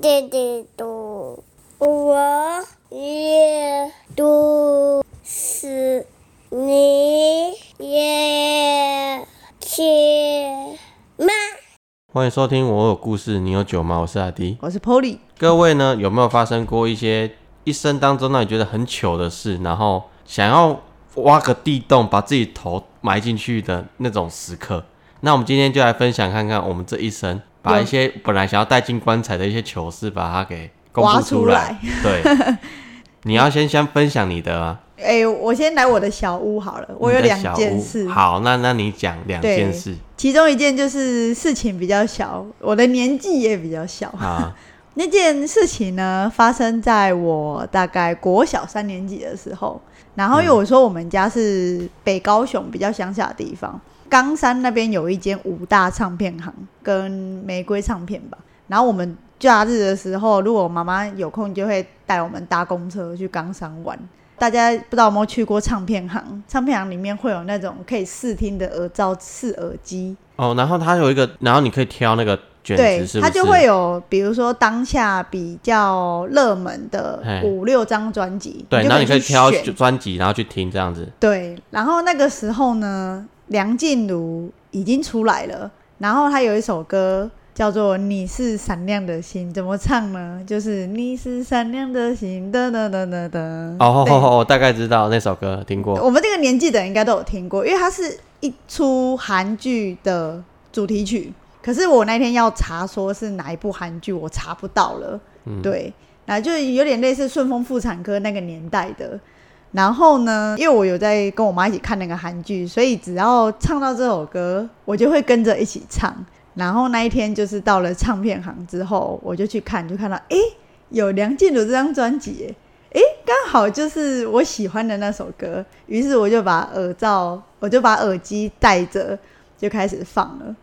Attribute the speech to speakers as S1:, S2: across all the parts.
S1: 弟弟读，我也读诗，你也听吗？
S2: 欢迎收听《我有故事，你有酒吗》？我是阿迪。
S3: 我是 Polly，
S2: 各位呢，有没有发生过一些一生当中让你觉得很糗的事，然后想要挖个地洞把自己头埋进去的那种时刻？那我们今天就来分享看看，我们这一生把
S3: 有
S2: 一些本来想要带进棺材的一些糗事，把它给公布
S3: 挖
S2: 出
S3: 出
S2: 来。 对，你要先先分享你的啊，
S3: 哎、我先来我的小屋好了，我有
S2: 你的
S3: 两
S2: 小
S3: 件
S2: 屋
S3: 事，
S2: 好，那那你讲两
S3: 对
S2: 件事
S3: 其中一件就是事情比较小，我的年纪也比较小。
S2: 啊，
S3: 那件事情呢，发生在我大概国小三年级的时候。然后因为我说我们家是北高雄比较乡下的地方，冈山那边有一间五大唱片行跟玫瑰唱片吧。然后我们假日的时候，如果妈妈有空，就会带我们搭公车去冈山玩。大家不知道有没有去过唱片行？唱片行里面会有那种可以试听的耳罩式耳机，
S2: 哦，然后它有一个，然后你可以挑那个卷
S3: 对
S2: 子，是不是？
S3: 它就会有，比如说当下比较热门的
S2: 嘿
S3: 五六张专辑，
S2: 对，
S3: 就
S2: 然后你可以
S3: 去
S2: 挑
S3: 选
S2: 专辑，然后去听这样子。
S3: 对，然后那个时候呢，梁静茹已经出来了，然后她有一首歌叫做《你是闪亮的心》，怎么唱呢？就是你是闪亮的心，噔噔噔噔噔。
S2: 哦，哦
S3: 对
S2: 哦 哦，大概知道那首歌，听过。
S3: 我们这个年纪的人应该都有听过，因为它是一出韩剧的主题曲。可是我那天要查说是哪一部韩剧，我查不到了。
S2: 嗯
S3: 对，然后就有点类似顺丰妇产科那个年代的。然后呢，因为我有在跟我妈一起看那个韩剧，所以只要唱到这首歌，我就会跟着一起唱。然后那一天就是到了唱片行之后，我就去看，就看到诶有梁静茹这张专辑耶，诶，刚好就是我喜欢的那首歌，于是我就把耳罩，我就把耳机戴着就开始放了，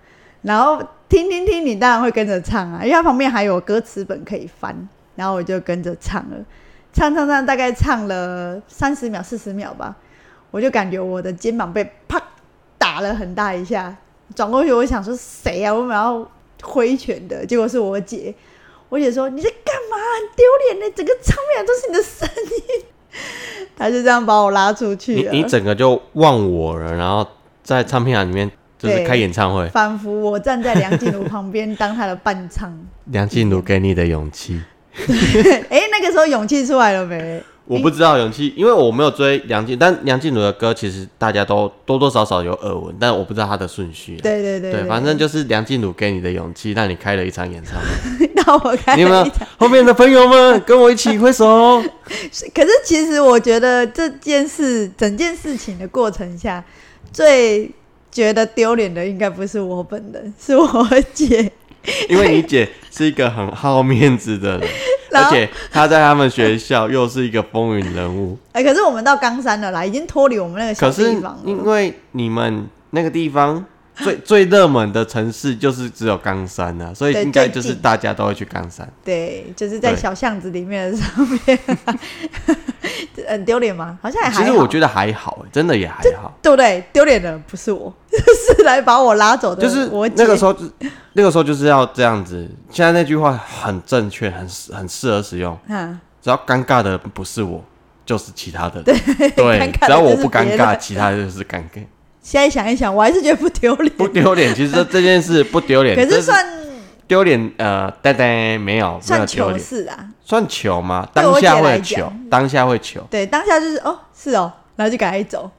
S3: 然后听听听，你当然会跟着唱啊，因为它旁边还有歌词本可以翻，然后我就跟着唱了，唱唱唱，大概唱了三十秒四十秒吧，我就感觉我的肩膀被啪打了很大一下，转过去我想说谁啊，我本来要挥拳的，结果是我姐，我姐说你在干嘛？很丢脸呢，整个唱片都是你的声音。她就这样把我拉出去
S2: 你
S3: 了。
S2: 你整个就忘我了，然后在唱片行里面就是
S3: 对
S2: 开演唱会，
S3: 仿佛我站在梁静茹旁边当她的伴 唱。
S2: 梁静茹给你的勇气。
S3: 哎、那个时候勇气出来了没？
S2: 我不知道勇气，因为我没有追梁静，但梁静茹的歌其实大家都多多少少有耳闻，但我不知道她的顺序啊。
S3: 对对对
S2: 对，反正就是梁静茹给你的勇气，让你开了一场演唱 会。
S3: 那我开
S2: 你有没
S3: 了
S2: 有
S3: 一场。
S2: 后面的朋友们跟我一起挥手哦？
S3: 可是其实我觉得这件事，整件事情的过程下，最觉得丢脸的应该不是我本人，是我姐。
S2: 因为你姐是一个很好面子的人，
S3: 然
S2: 而
S3: 后
S2: 且她在他们学校又是一个风云人 物。
S3: 哎、可是我们到冈山了啦，已经脱离我们那个小
S2: 可是
S3: 地方啊
S2: 因
S3: 了。
S2: 为你们那个地方最最热门的城市就是只有冈山啊，所以
S3: 对
S2: 应该
S3: 最
S2: 就是
S3: 近
S2: 大家都会去冈山。
S3: 对，就是在
S2: 对
S3: 小巷子里面的上面， 很丢脸吗？好像也还好。
S2: 其实我觉得还好、欸真的也还好。
S3: 对不对？丢脸的不是我， 是来把我拉走的。
S2: 就是
S3: 我姐
S2: 那个时候，就是那个时候就是要这样子。现在那句话很正确，很很适合使用。
S3: 嗯，
S2: 只要尴尬的不是我，就是其他的人。对
S3: 尴尬，的
S2: 只要我
S3: 就是
S2: 不尴
S3: 别
S2: 尬，
S3: 人
S2: 其他的就是尴尬。
S3: 现在想一想，我还是觉得不丢脸。
S2: 不丢脸，其实这这件事不丢脸，
S3: 可
S2: 这
S3: 是算
S2: 丢脸呃，呆呆没有没有
S3: 算
S2: 丢
S3: 糗
S2: 脸，
S3: 事啊。
S2: 算糗吗？
S3: 对
S2: 当
S3: 我姐
S2: 下
S3: 来
S2: 会
S3: 讲
S2: 糗，当下会糗，
S3: 对，当下就是哦，是哦，然后就赶快走，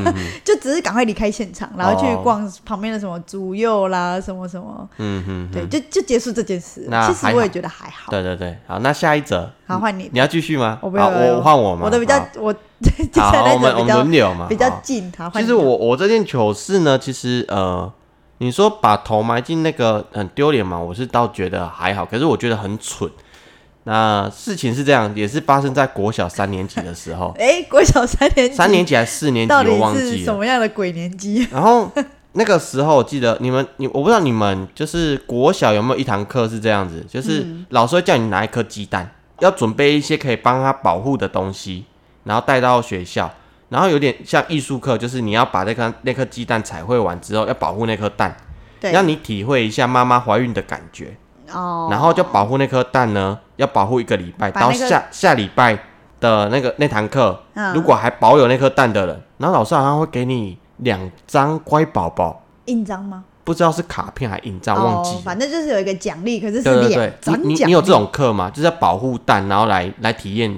S3: 就只是赶快离开现场，然后去
S2: 嗯哦
S3: 逛旁边的什么竹柚啦，什么什么，
S2: 嗯哼，
S3: 对，就就结束这件事
S2: 那。
S3: 其实
S2: 还
S3: 我
S2: 好
S3: 也觉得还好。
S2: 对对对，好，那下一则，
S3: 好，换你
S2: 你，要继续吗？
S3: 我不
S2: 好
S3: 要，
S2: 我换我吗？
S3: 我的比较
S2: 好，
S3: 我接下
S2: 好，
S3: 来
S2: 我们我
S3: 的比
S2: 们轮
S3: 较
S2: 流嘛，
S3: 比较
S2: 好
S3: 近，好，换
S2: 其
S3: 你，
S2: 实我我这件糗事呢，其实呃，你说把头埋进那个很丢脸嘛，我是倒觉得还好，可是我觉得很蠢。那事情是这样，也是发生在国小三年级的时候
S3: 哎，国小三年级
S2: 三年级还是四年级，
S3: 到底
S2: 我忘
S3: 是
S2: 记
S3: 什
S2: 了。
S3: 么样的鬼年 级？
S2: 然后那个时候，我记得你们，你我不知道你们就是国小有没有一堂课是这样子，就是老师会叫你拿一颗鸡蛋，要准备一些可以帮他保护的东西，然后带到学校。然后有点像艺术课，就是你要把那颗那颗鸡蛋彩绘完之后，要保护那颗蛋，
S3: 对，
S2: 让你体会一下妈妈怀孕的感觉。
S3: 哦，
S2: 然后就保护那颗蛋呢，要保护一个礼拜，
S3: 把
S2: 到
S3: 那个
S2: 下下礼拜的那个那堂课，
S3: 嗯
S2: 如果还保有那颗蛋的人，然后老师好像会给你两张乖宝宝，
S3: 印章吗？
S2: 不知道是卡片还印章，啊忘记
S3: 哦，
S2: 了。
S3: 反正就是有一个奖励，可是
S2: 对
S3: 是
S2: 对
S3: 两
S2: 对，
S3: 张
S2: 你你
S3: 奖
S2: 你有这
S3: 励？
S2: 种课吗？就是要保护蛋，然后来来体验，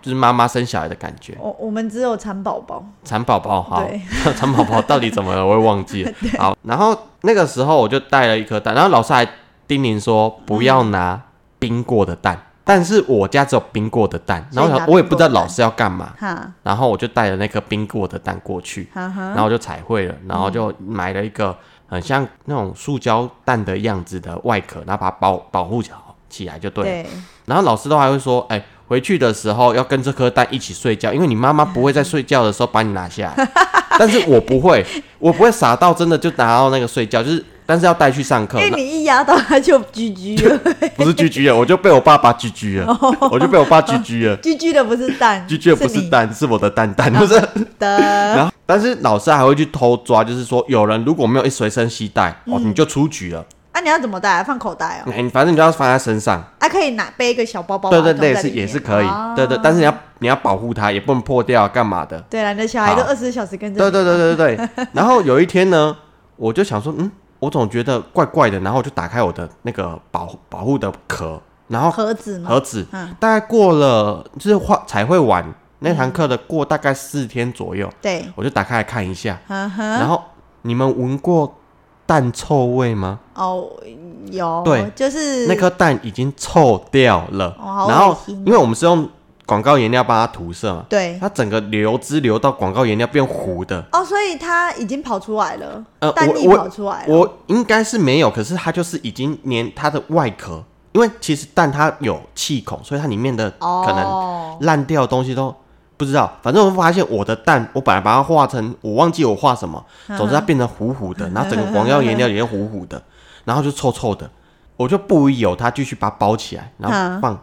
S2: 就是妈妈生小孩的感觉。
S3: 我我们只有蚕宝宝，
S2: 蚕宝宝好
S3: 对，
S2: 蚕宝宝到底怎么了？我也忘 记了。好，然后那个时候我就带了一颗蛋，然后老师还叮咛说不要拿冰过的蛋，但是我家只有冰过的蛋，然
S3: 所以
S2: 后我想
S3: 拿
S2: 我也不知道
S3: 冰过的蛋
S2: 老师要干嘛，
S3: 哈
S2: 然后我就带了那颗冰过的蛋过去，
S3: 哈
S2: 然
S3: 哈，
S2: 后我就彩绘
S3: 嗯
S2: 了，然后就买了一个很像那种塑胶蛋的样子的外壳，然后把它保保护好起来就对了。
S3: 对，
S2: 然后老师都还会说，哎、回去的时候要跟这颗蛋一起睡觉，因为你妈妈不会在睡觉的时候把你拿下来。 但是我不会，我不会傻到真的就拿到那个睡觉，就是但是要带去上课
S3: 因，为你一压到它就 GG 了
S2: 那不是居居了，我就被我爸爸居居 了，我就被我爸居居了，
S3: ，GG 的不哦是 蛋
S2: 居居的不是
S3: 你嗯
S2: 蛋，是我的蛋蛋， 不是。
S3: 的，
S2: 然后，但是老师还会去偷抓，就是说有人如果没有一随身携带，哦，
S3: 嗯
S2: 你就出局了，
S3: 啊，你要怎么带啊？放口袋哦，
S2: 哎，你反正你就要放在身上。
S3: 啊，可以拿背一个小包包，
S2: 对
S3: 把它
S2: 对，
S3: 装
S2: 对，
S3: 在
S2: 是
S3: 里
S2: 也是
S3: 面
S2: 可以，
S3: 啊
S2: 对对，但是你要你要保护它，也不能破掉啊干嘛的。
S3: 对啦，你的小孩都
S2: 好
S3: 二十小时跟着，
S2: 对对，对对对 对。然后有一天呢，我就想说，嗯，我总觉得怪怪的，然后我就打开我的那个保保护的壳，然后
S3: 盒子嘛，
S2: 盒子，
S3: 嗯
S2: 大概过了就是画彩绘完那堂课的过大概四天左右，
S3: 对，
S2: 我就打开来看一下，
S3: 哈
S2: 然
S3: 哈，
S2: 后你们闻过蛋臭味吗？
S3: 哦，有，
S2: 对
S3: 就是
S2: 那颗蛋已经臭掉了，
S3: 哦好
S2: 然后
S3: 恶心哦
S2: 因为我们是用广告颜料帮它涂色嘛，
S3: 对，
S2: 它整个流汁流到广告颜料变糊的。
S3: 哦，所以它已经跑出来了
S2: 呃，
S3: 蛋
S2: 我
S3: 液
S2: 我
S3: 跑出来了，
S2: 我应该是没有，可是它就是已经粘它的外壳，因为其实蛋它有气孔，所以它里面的可能
S3: 哦，
S2: 烂掉的东西都不知道。反正我发现我的蛋，我本来把它画成，我忘记我画什么，
S3: 嗯
S2: 总之它变成糊糊的，然后整个广告颜料也是糊糊 的，然后就臭臭的，我就不疑有它，继续把它包起来，然后
S3: 嗯
S2: 放，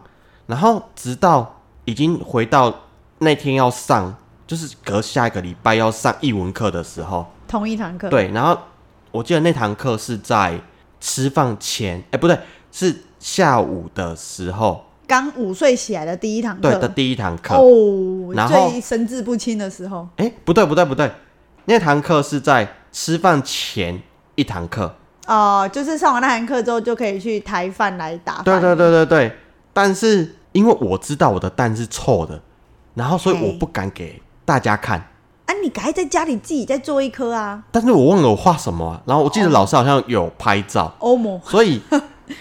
S2: 然后直到已经回到那天要上，就是隔下一个礼拜要上译文课的时候。
S3: 同一堂课，
S2: 对，然后我记得那堂课是在吃饭前，哎、不对，是下午的时候，
S3: 刚午睡起来的第一堂课，
S2: 对的第一堂课。哎、
S3: 嗯哦，
S2: 然后
S3: 最神志不清的时候，
S2: 不对，不对，不对，那堂课是在吃饭前一堂课。
S3: 哦、就是上完那堂课之后就可以去台饭来打饭，
S2: 对对对对对，但是因为我知道我的蛋是臭的，然后所以我
S3: 嘿
S2: 不敢给大家看。
S3: 啊，你赶快在家里自己再做一颗啊，
S2: 但是我忘了我画什么啊、然后我记得老师好像有拍照，
S3: 欧盟
S2: 所以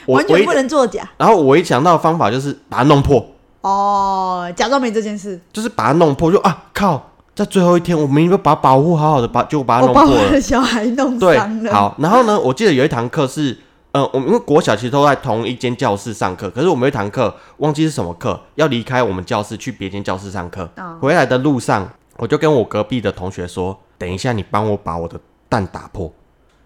S2: 我 我
S3: 完全
S2: 一
S3: 不能作假
S2: 然后我一想到的方法就是把它弄破，
S3: 哦，假装没这件事，
S2: 就是把它弄破，就啊靠，在最后一天，我明明把它保护好好的，把就把它啊
S3: 我
S2: 弄
S3: 把
S2: 破
S3: 我
S2: 了
S3: 的。小孩弄
S2: 对
S3: 伤，了，
S2: 好，然后呢，我记得有一堂课是，呃，我们因为国小其实都在同一间教室上课，可是我们有一堂课忘记是什么课，要离开我们教室去别间教室上课。
S3: 哦
S2: 回来的路上，我就跟我隔壁的同学说，等一下你帮我把我的蛋打破，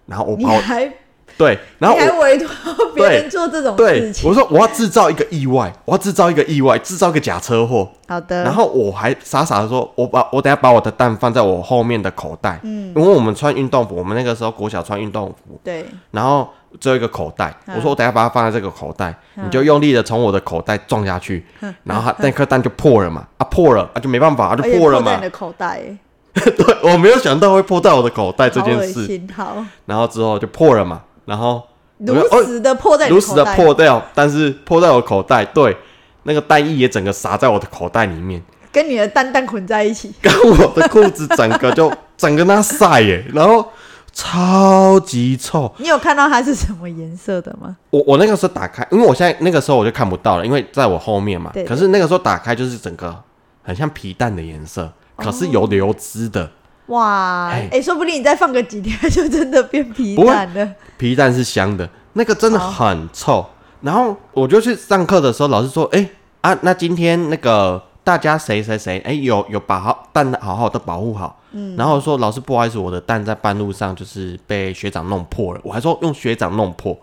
S2: 然后我
S3: 你
S2: 把我
S3: 还
S2: 对，然后
S3: 你还
S2: 我。
S3: 委托别人做这种
S2: 对
S3: 事，情，
S2: 我说我要制造一个意外，我要制造一个意外，制造一个假车祸。
S3: 好的，
S2: 然后我还傻傻的说，我把我等下把我的蛋放在我后面的口袋，嗯，因为我们穿运动服，我们那个时候国小穿运动服，
S3: 对，
S2: 然后只有一个口袋，
S3: 嗯
S2: 我说我等下把它放在这个口袋，你就用力的从我的口袋撞下去，然
S3: 嗯
S2: 后它那颗蛋就破了嘛，啊破了啊就没办法，啊就
S3: 而且
S2: 破了
S3: 在
S2: 嘛
S3: 你，的口袋耶，
S2: 对 我没有想到会破在我的口袋这
S3: 好
S2: 件
S3: 恶
S2: 事，
S3: 心，好，
S2: 然后之后就破了嘛，然后我就
S3: 如
S2: 哦
S3: 实的破在你
S2: 如
S3: 的
S2: 此
S3: 口
S2: 的
S3: 袋，
S2: 破掉，但是破在我口袋，对，那个蛋液也整个洒在我的口袋里面。
S3: 跟你的蛋蛋捆在一起，
S2: 跟我的裤子整个就 整个那晒耶，然后超级臭。
S3: 你有看到它是什么颜色的吗？
S2: 我我那个时候打开，因为我现在那个时候我就看不到了，因为在我后面嘛。
S3: 对
S2: 可是那个时候打开就是整个很像皮蛋的颜色，可是有流汁的。
S3: 哇，
S2: 哎
S3: 哎、说不定你再放个几天，它就真的变皮
S2: 不会
S3: 蛋了。
S2: 皮蛋是香的，那个真的很臭。然后我就去上课的时候，老师说：“哎、啊，那今天那个大家谁谁谁，哎、有有把好蛋好好的保护好。”嗯，然后我说：“老师，不好意思，我的蛋在半路上就是被学长弄破了。”我还说用学长弄破。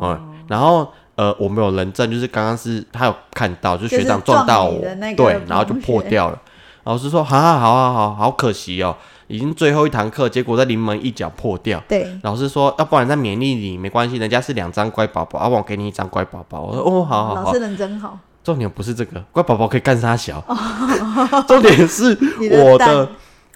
S2: 哦、然后呃，我没有人证，就是刚刚是他有看到，就是
S3: 就是
S2: 学长撞到
S3: 撞
S2: 我
S3: 你的那，个
S2: 对，然后就
S3: 同学
S2: 破掉了。老师说：“好好好好好，好可惜哦。”已经最后一堂课，结果在临门一脚破掉。
S3: 对，
S2: 老师说，要不然再勉励你，没关系，人家是两张乖宝宝，啊，我给你一张乖宝宝。我说哦，好好
S3: 老
S2: 好
S3: 师。人真好，
S2: 重点不是这个，乖宝宝可以干啥 小？重点是
S3: 你的
S2: 我
S3: 蛋
S2: 的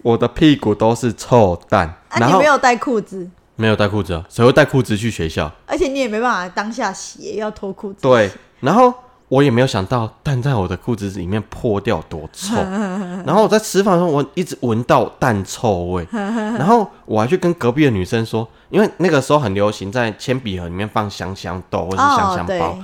S2: 我的屁股都是臭蛋，
S3: 啊，
S2: 然
S3: 你
S2: 后
S3: 没有带裤子，
S2: 没有带裤子啊，谁会带裤子去学校？
S3: 而且你也没办法当下洗，要脱裤子。
S2: 对，然后我也没有想到蛋在我的裤子里面破掉多 臭，然后我在吃饭的时候，我一直闻到蛋臭味， 然后我还去跟隔壁的女生说，因为那个时候很流行在铅笔盒里面放香香豆或是香
S3: 哦，
S2: 香
S3: 对，
S2: 包，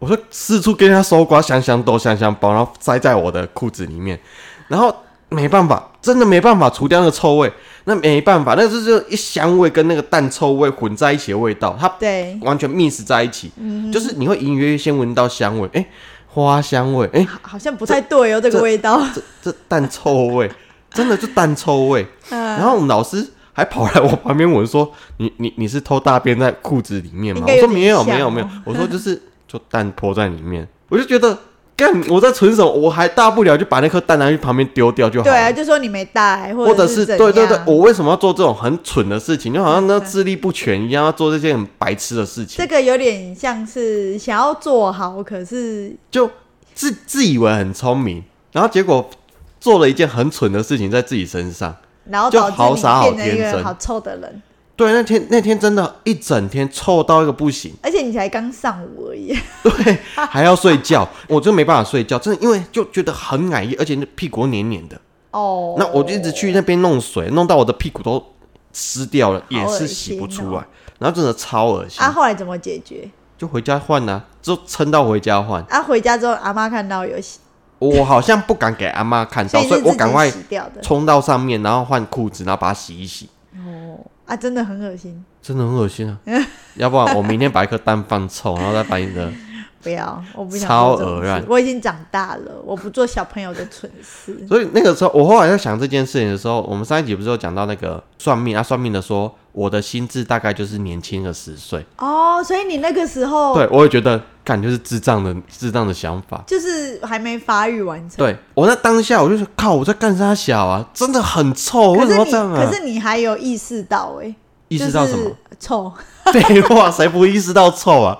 S2: 我说四处跟人家搜刮香香豆、香香包，然后塞在我的裤子里面，然后没办法，真的没办法除掉那个臭味，那没办法，那就是一香味跟那个蛋臭味混在一起的味道，它
S3: 对，
S2: 完全 mix 在一起，
S3: 嗯
S2: 就是你会隐隐约约先闻到香味，哎、花香味，哎、
S3: 好好像不太对哦，这个味道。
S2: 这这蛋臭 味，真的就蛋臭味。
S3: 嗯
S2: 然后我们老师还跑来我旁边闻说：“你你你是偷大便在裤子里面吗
S3: 应？”该
S2: 我
S3: 有
S2: 说：“没有
S3: 点
S2: 没有
S3: 像
S2: 没 有。”我说：“就是就蛋泼在里面。”我就觉得干我在存什么？我还大不了就把那颗蛋拿去旁边丢掉就好
S3: 对啊，
S2: 了。
S3: 就说你没带，
S2: 或者
S3: 是
S2: 是
S3: 怎
S2: 对对对
S3: 样，
S2: 我为什么要做这种很蠢的事情？就好像那智力不全一样，要做这些很白痴的事情
S3: 这。个有点像是想要做好，可是
S2: 就自自以为很聪明，然后结果做了一件很蠢的事情在自己身上。
S3: 然后
S2: 就
S3: 导致
S2: 好
S3: 你
S2: 傻好
S3: 变成一
S2: 天
S3: 个
S2: 真
S3: 好臭的人，
S2: 对，那天那天真的，一整天臭到一个不行，
S3: 而且你才刚上午而已。
S2: 对，还要睡觉，我就没办法睡觉，真的，因为就觉得很矮，而且那屁股黏黏的，
S3: 哦，
S2: 那我就一直去那边弄水，弄到我的屁股都湿掉了，也
S3: 恶
S2: 是
S3: 心
S2: 洗不出
S3: 哦
S2: 来，然后真的超恶心，
S3: 啊，后来怎么解决？
S2: 就回家换呐、就撑到回家换，
S3: 啊，回家之后阿妈看到有洗，
S2: 我好像不敢给阿妈看到，
S3: 所
S2: 所
S3: 以
S2: 以
S3: 是
S2: 我
S3: 自
S2: 赶
S3: 己
S2: 快
S3: 洗掉的。
S2: 冲到上面，然后换裤子，然后把它洗一洗。
S3: 哦，啊，真的很恶心，
S2: 真的很恶心啊！ 要不然我明天把一颗蛋放臭，然后再把你的……
S3: 不要，我不想
S2: 超
S3: 做这种
S2: 恶
S3: 事
S2: 然。
S3: 我已经长大了，我不做小朋友的蠢事
S2: 所以那个时候，我后来在想这件事情的时候，我们上一集不是有讲到那个算命啊？算命的说我的心智大概就是年轻的十岁，
S3: 哦，所以你那个时候
S2: 对我也觉得感就是智障的智障的想法。
S3: 就是还没发育完成。
S2: 对我那当下我就说靠，我在干啥小啊？真的很臭，为
S3: 可
S2: 什
S3: 是
S2: 么要
S3: 你，
S2: 这样啊
S3: 可？是你还有意识到哎、欸，
S2: 意识到什么？
S3: 就是臭，
S2: 废话，谁不意识到臭啊？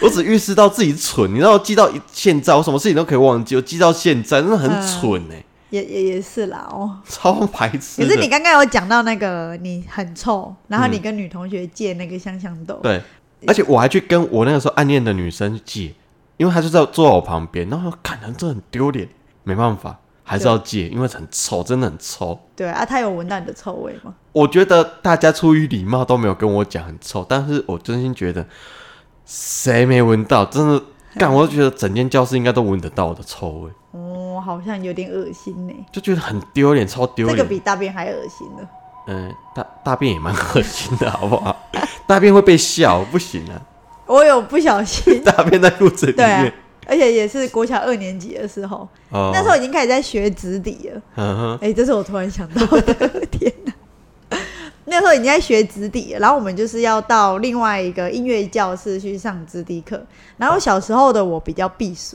S2: 我只意识到自己蠢，你知道，我记到现在，我什么事情都可以忘记，我记到现在，真的很
S3: 嗯
S2: 蠢哎、
S3: 也也也是啦哦。
S2: 超白痴
S3: 可
S2: 的。
S3: 是你刚刚有讲到那个你很臭，然后你跟女同学借那个香香豆，
S2: 对，而且我还去跟我那个时候暗恋的女生借，因为她就在坐在我旁边，然后我看人这很丢脸，没办法，还是要借，因为很臭，真的很臭。
S3: 对啊，她有闻到你的臭味吗？
S2: 我觉得大家出于礼貌都没有跟我讲很臭，但是我真心觉得谁没闻到，真的干，我就觉得整间教室应该都闻得到我的臭味，
S3: 哦，好像有点恶心呢、
S2: 就觉得很丢脸，超丢
S3: 这个
S2: 脸。
S3: 比大便还恶心呢。
S2: 嗯、大大便也蛮恶心的，好不好？大便会被笑，不行啊！
S3: 我有不
S2: ，
S3: 小心
S2: 大便在裤子里
S3: 对、啊
S2: 面。，
S3: 而且也是国小二年级的时候，
S2: 哦
S3: 那时候已经开始在学纸底了。
S2: 嗯哼，
S3: 哎、这是我突然想到的， 天哪！那时候已经在学纸笛了，然后我们就是要到另外一个音乐教室去上纸笛课。然后小时候的我比较避暑，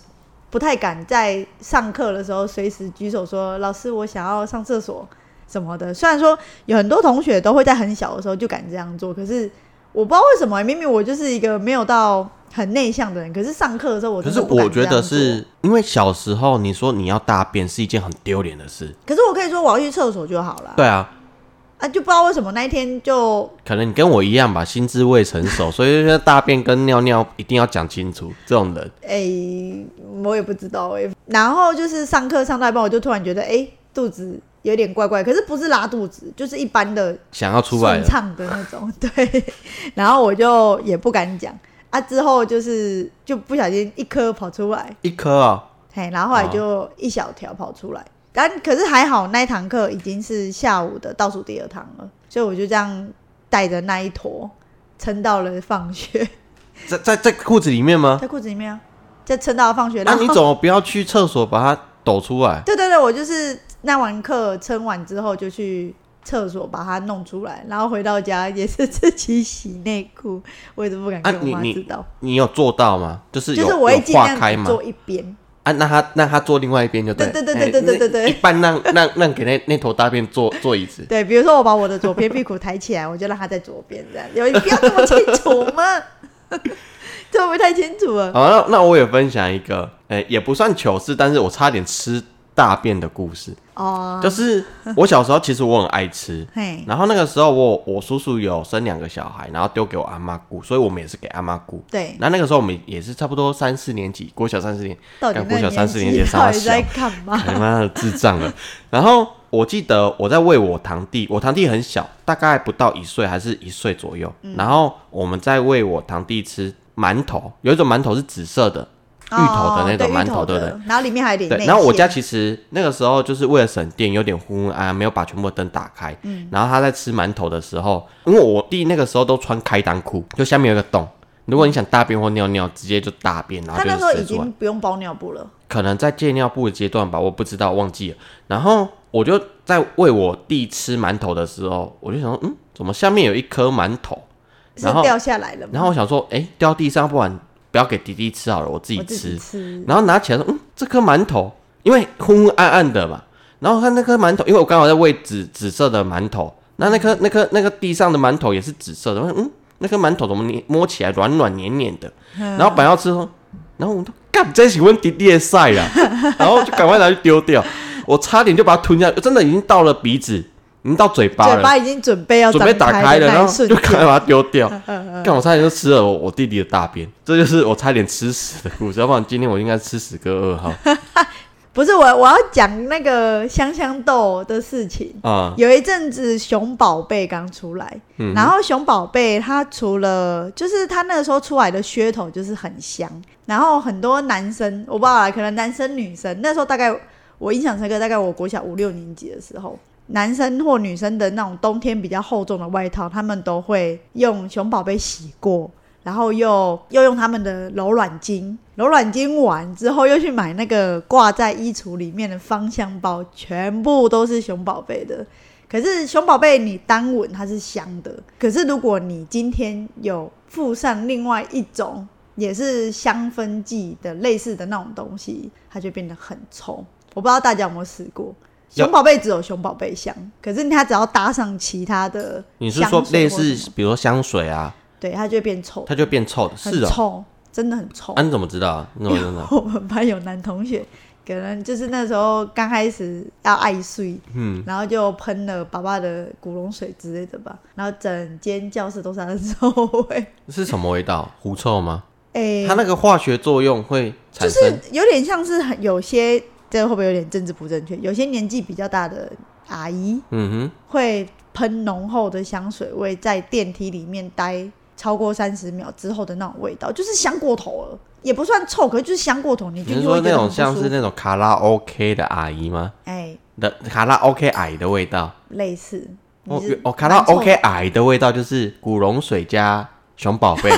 S3: 不太敢在上课的时候随时举手说“老师，我想要上厕所”什么的。虽然说有很多同学都会在很小的时候就敢这样做，可是我不知道为什么、明明我就是一个没有到很内向的人，可是上课的时候我
S2: 可
S3: 真
S2: 是
S3: 的不敢
S2: 我觉
S3: 这
S2: 得
S3: 样做
S2: 是因为小时候你说你要大便是一件很丢脸的事，
S3: 可是我可以说我要去厕所就好了。
S2: 对啊，
S3: 啊，就不知道为什么那一天就
S2: 可能你跟我一样吧，心智未成 熟，所以就觉得大便跟尿尿一定要讲清楚。这种人，
S3: 哎、我也不知道哎、然后就是上课上到一半，我就突然觉得哎、肚子有点怪怪，可是不是拉肚子，就是一般的
S2: 想要出来
S3: 顺
S2: 了，
S3: 畅的那种。 对，然后我就也不敢讲啊，之后就是就不小心一颗跑出来，
S2: 一颗啊、
S3: 嘿，然后后来就一小条跑出来。但可是还好，那一堂课已经是下午的倒数第二堂了，所以我就这样带着那一坨撑到了放学，
S2: 在在在裤子里面吗？
S3: 在裤子里面啊，再撑到了放学。
S2: 那、
S3: 然后
S2: 你怎么不要去厕所把它抖出来？
S3: 对对对，我就是那完课撑完之后就去厕所把它弄出来，然后回到家也是自己洗内裤，我也都不敢
S2: 啊
S3: 给我
S2: 你
S3: 妈
S2: 你
S3: 知道。
S2: 你有做到吗？就是有
S3: 就是我会
S2: 有
S3: 尽
S2: 化开
S3: 量
S2: 吗？
S3: 只做一边，
S2: 啊，啊，那他那他坐另外一边就了
S3: 对对对对对对对对
S2: 哎那一半让让让给那那头大便坐坐椅子，
S3: 对，比如说我把我的左边屁股抬起来，我就让它在左边这样，有你不要这么清楚吗？ 这会不会太清楚了？
S2: 好，那那我也分享一个，诶、也不算糗事，但是我差点吃大便的故事。
S3: 哦，，
S2: 就是我小时候其实我很爱吃
S3: 嘿，
S2: 然后那个时候我我叔叔有生两个小孩，然后丢给我阿妈顾，所以我们也是给阿妈顾。
S3: 对，
S2: 那那个时候我们也是差不多三四年级，国小三四年，
S3: 到底
S2: 干
S3: 那
S2: 国
S3: 个
S2: 小三
S3: 年
S2: 四年级
S3: 纪
S2: 傻
S3: 到底
S2: 小
S3: 在，干嘛？
S2: 他妈的智障 了。然后我记得我在喂我堂弟，我堂弟很小，大概不到一岁还是一岁左右。
S3: 嗯
S2: 然后我们在喂我堂弟吃馒头，有一种馒头是紫色的， 芋头的那种
S3: 哦
S2: 馒头，
S3: 对
S2: 对
S3: 芋
S2: 不对？
S3: 的，然后里面还有点内
S2: 对，然后我
S3: 馅
S2: 家其实那个时候就是为了省电，有点昏昏暗暗，没有把全部的灯打开。
S3: 嗯
S2: 然后他在吃馒头的时候，因为我弟那个时候都穿开裆裤，就下面有一个洞，如果你想大便或尿尿，直接就大便，然后
S3: 他
S2: 就
S3: 那时候
S2: 射
S3: 已
S2: 出来
S3: 经。不用包尿布了，
S2: 可能在戒尿布的阶段吧，我不知道，忘记了。然后我就在喂我弟吃馒头的时候，我就想说，嗯，怎么下面有一颗馒头？
S3: 是
S2: 然后
S3: 掉下来了吗？
S2: 然后我想说，哎、掉地上，不然不要给弟弟吃好了，我自己
S3: 我自
S2: 吃。
S3: 己吃，
S2: 然后拿起来说：“嗯，这颗馒头，因为昏昏暗暗的嘛。”然后看那颗馒头，因为我刚好在喂紫紫色的馒头，那那颗那颗那个地上的馒头也是紫色的。我说：“嗯，那颗馒头怎么捏摸起来软软黏黏的？”然后本来要吃说，然后我说：“干，真喜欢迪迪的晒啦！” 然后就赶快拿去丢掉，我差点就把它吞下去，真的已经到了鼻子，已经到嘴巴了，
S3: 嘴巴已经准备要
S2: 准备
S3: 张
S2: 打开
S3: 的
S2: 了，然
S3: 那一
S2: 后
S3: 瞬
S2: 就
S3: 间，嗯
S2: 赶快把它丢掉。 干，我差点就吃了我我弟弟的大便，这就是我差点吃屎的故事。要不然今天我应该吃屎哥二号
S3: 不是我，我要讲那个香香豆的事情。
S2: 啊。
S3: 有一阵子熊宝贝刚出来，
S2: 嗯
S3: 然后熊宝贝它除了就是它那个时候出来的噱头就是很香，然后很多男生我不知道啦，可能男生女生那时候大概我印象深刻，大概我国小五六年级的时候，男生或女生的那种冬天比较厚重的外套，他们都会用熊宝贝洗过。然后又又用他们的柔软巾，柔软巾完之后又去买那个挂在衣橱里面的芳香包，全部都是熊宝贝的。可是熊宝贝，你单闻它是香的，可是如果你今天有附上另外一种也是香氛剂的类似的那种东西，它就变得很臭。我不知道大家有没有试过。
S2: 有
S3: 熊宝贝只有熊宝贝香，可是它只要搭上其他的
S2: 你是
S3: 香水
S2: 说
S3: 或
S2: 类
S3: 什么
S2: 似，比如说香水啊，
S3: 对，它就会变臭，
S2: 它就变臭的，
S3: 很
S2: 是哦。
S3: 臭，真的很臭。
S2: 啊，你怎么知道啊？你怎么知道？
S3: 我们班有男同学，可能就是那时候刚开始要爱睡，
S2: 嗯，
S3: 然后就喷了爸爸的古龙水之类的吧，然后整间教室都是他的臭味。
S2: 是什么味道？狐臭吗？
S3: 哎、
S2: 它那个化学作用会产
S3: 就是
S2: 生
S3: 有点像是很有些，这会不会有点政治不正确？有些年纪比较大的阿姨
S2: 嗯
S3: 会喷浓厚的香水味，在电梯里面待超过三十秒之后的那种味道，就是香过头了，也不算臭，可是就是香过头，你
S2: 哼，
S3: 就
S2: 你是
S3: 会
S2: 说
S3: 觉得
S2: 那种
S3: 很不
S2: 像
S3: 舒
S2: 是
S3: 服
S2: 那种卡拉 OK 的阿姨吗？
S3: 哎、
S2: 的卡拉 OK 阿姨的味道？
S3: 类似。
S2: 哦
S3: 你是，
S2: 哦，卡到
S3: 蛮臭
S2: OK 矮的味道就是古龙水加熊宝贝。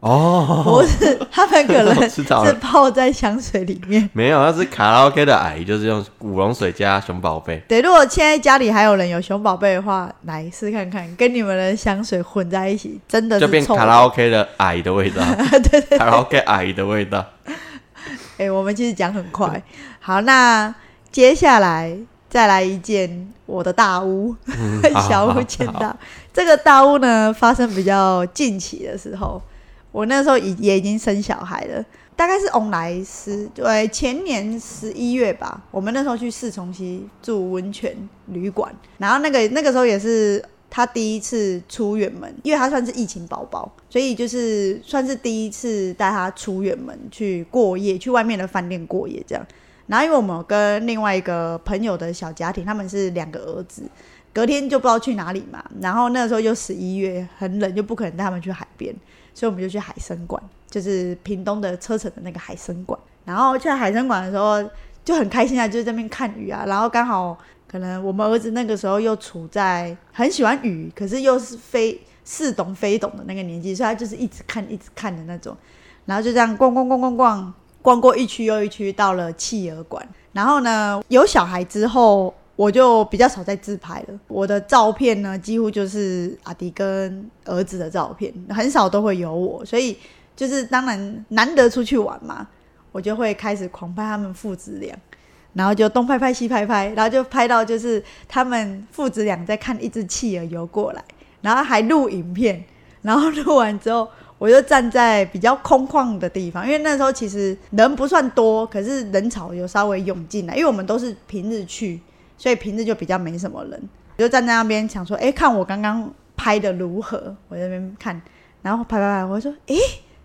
S2: 哦，
S3: 不是，他们可
S2: 我
S3: 能
S2: 知
S3: 是
S2: 道了
S3: 泡在香水里面。
S2: 没有，那是卡拉 OK 的矮，就是用古龙水加熊宝贝。
S3: 对，如果现在家里还有人有熊宝贝的话，来试看看，跟你们的香水混在一起，真的
S2: 就是变
S3: 臭
S2: 卡
S3: 的。
S2: 拉 OK 的矮的味道，
S3: 对对 对，
S2: 卡拉 OK 矮的味道。
S3: 哎、我们其实讲很快。好，那接下来再来一件我的大屋，
S2: 嗯 好
S3: 小
S2: 好
S3: 屋见大。这个大屋呢，发生比较近期的时候，我那时候已也已经生小孩了，大概是翁来十对前年十一月吧，我们那时候去四重溪住温泉旅馆，然后那个那个时候也是。他第一次出远门，因为他算是疫情宝宝，所以就是算是第一次带他出远门去过夜，去外面的饭店过夜这样。然后因为我们有跟另外一个朋友的小家庭，他们是两个儿子，隔天就不知道去哪里嘛。然后那个时候又十一月，很冷，就不可能带他们去海边，所以我们就去海参馆，就是屏东的车城的那个海参馆。然后去海参馆的时候就很开心啊，就是在那边看鱼啊。然后刚好可能我们儿子那个时候又处在很喜欢鱼，可是又是非似懂非懂的那个年纪，所以他就是一直看一直看的那种。然后就这样逛逛逛逛逛，逛过一区又一区，到了企鹅馆。然后呢，有小孩之后，我就比较少在自拍了。我的照片呢，几乎就是阿迪跟儿子的照片，很少都会有我。所以就是当然难得出去玩嘛，我我就会开始狂拍他们父子俩，然后就东拍拍西拍拍，然后就拍到就是他们父子俩在看一只企鹅游过来，然后还录影片，然后录完之后。我就站在比较空旷的地方，因为那时候其实人不算多，可是人潮有稍微涌进来，因为我们都是平日去，所以平日就比较没什么人。我就站在那边想说，哎、看我刚刚拍的如何？我在那边看，然后拍拍拍，我就说，哎、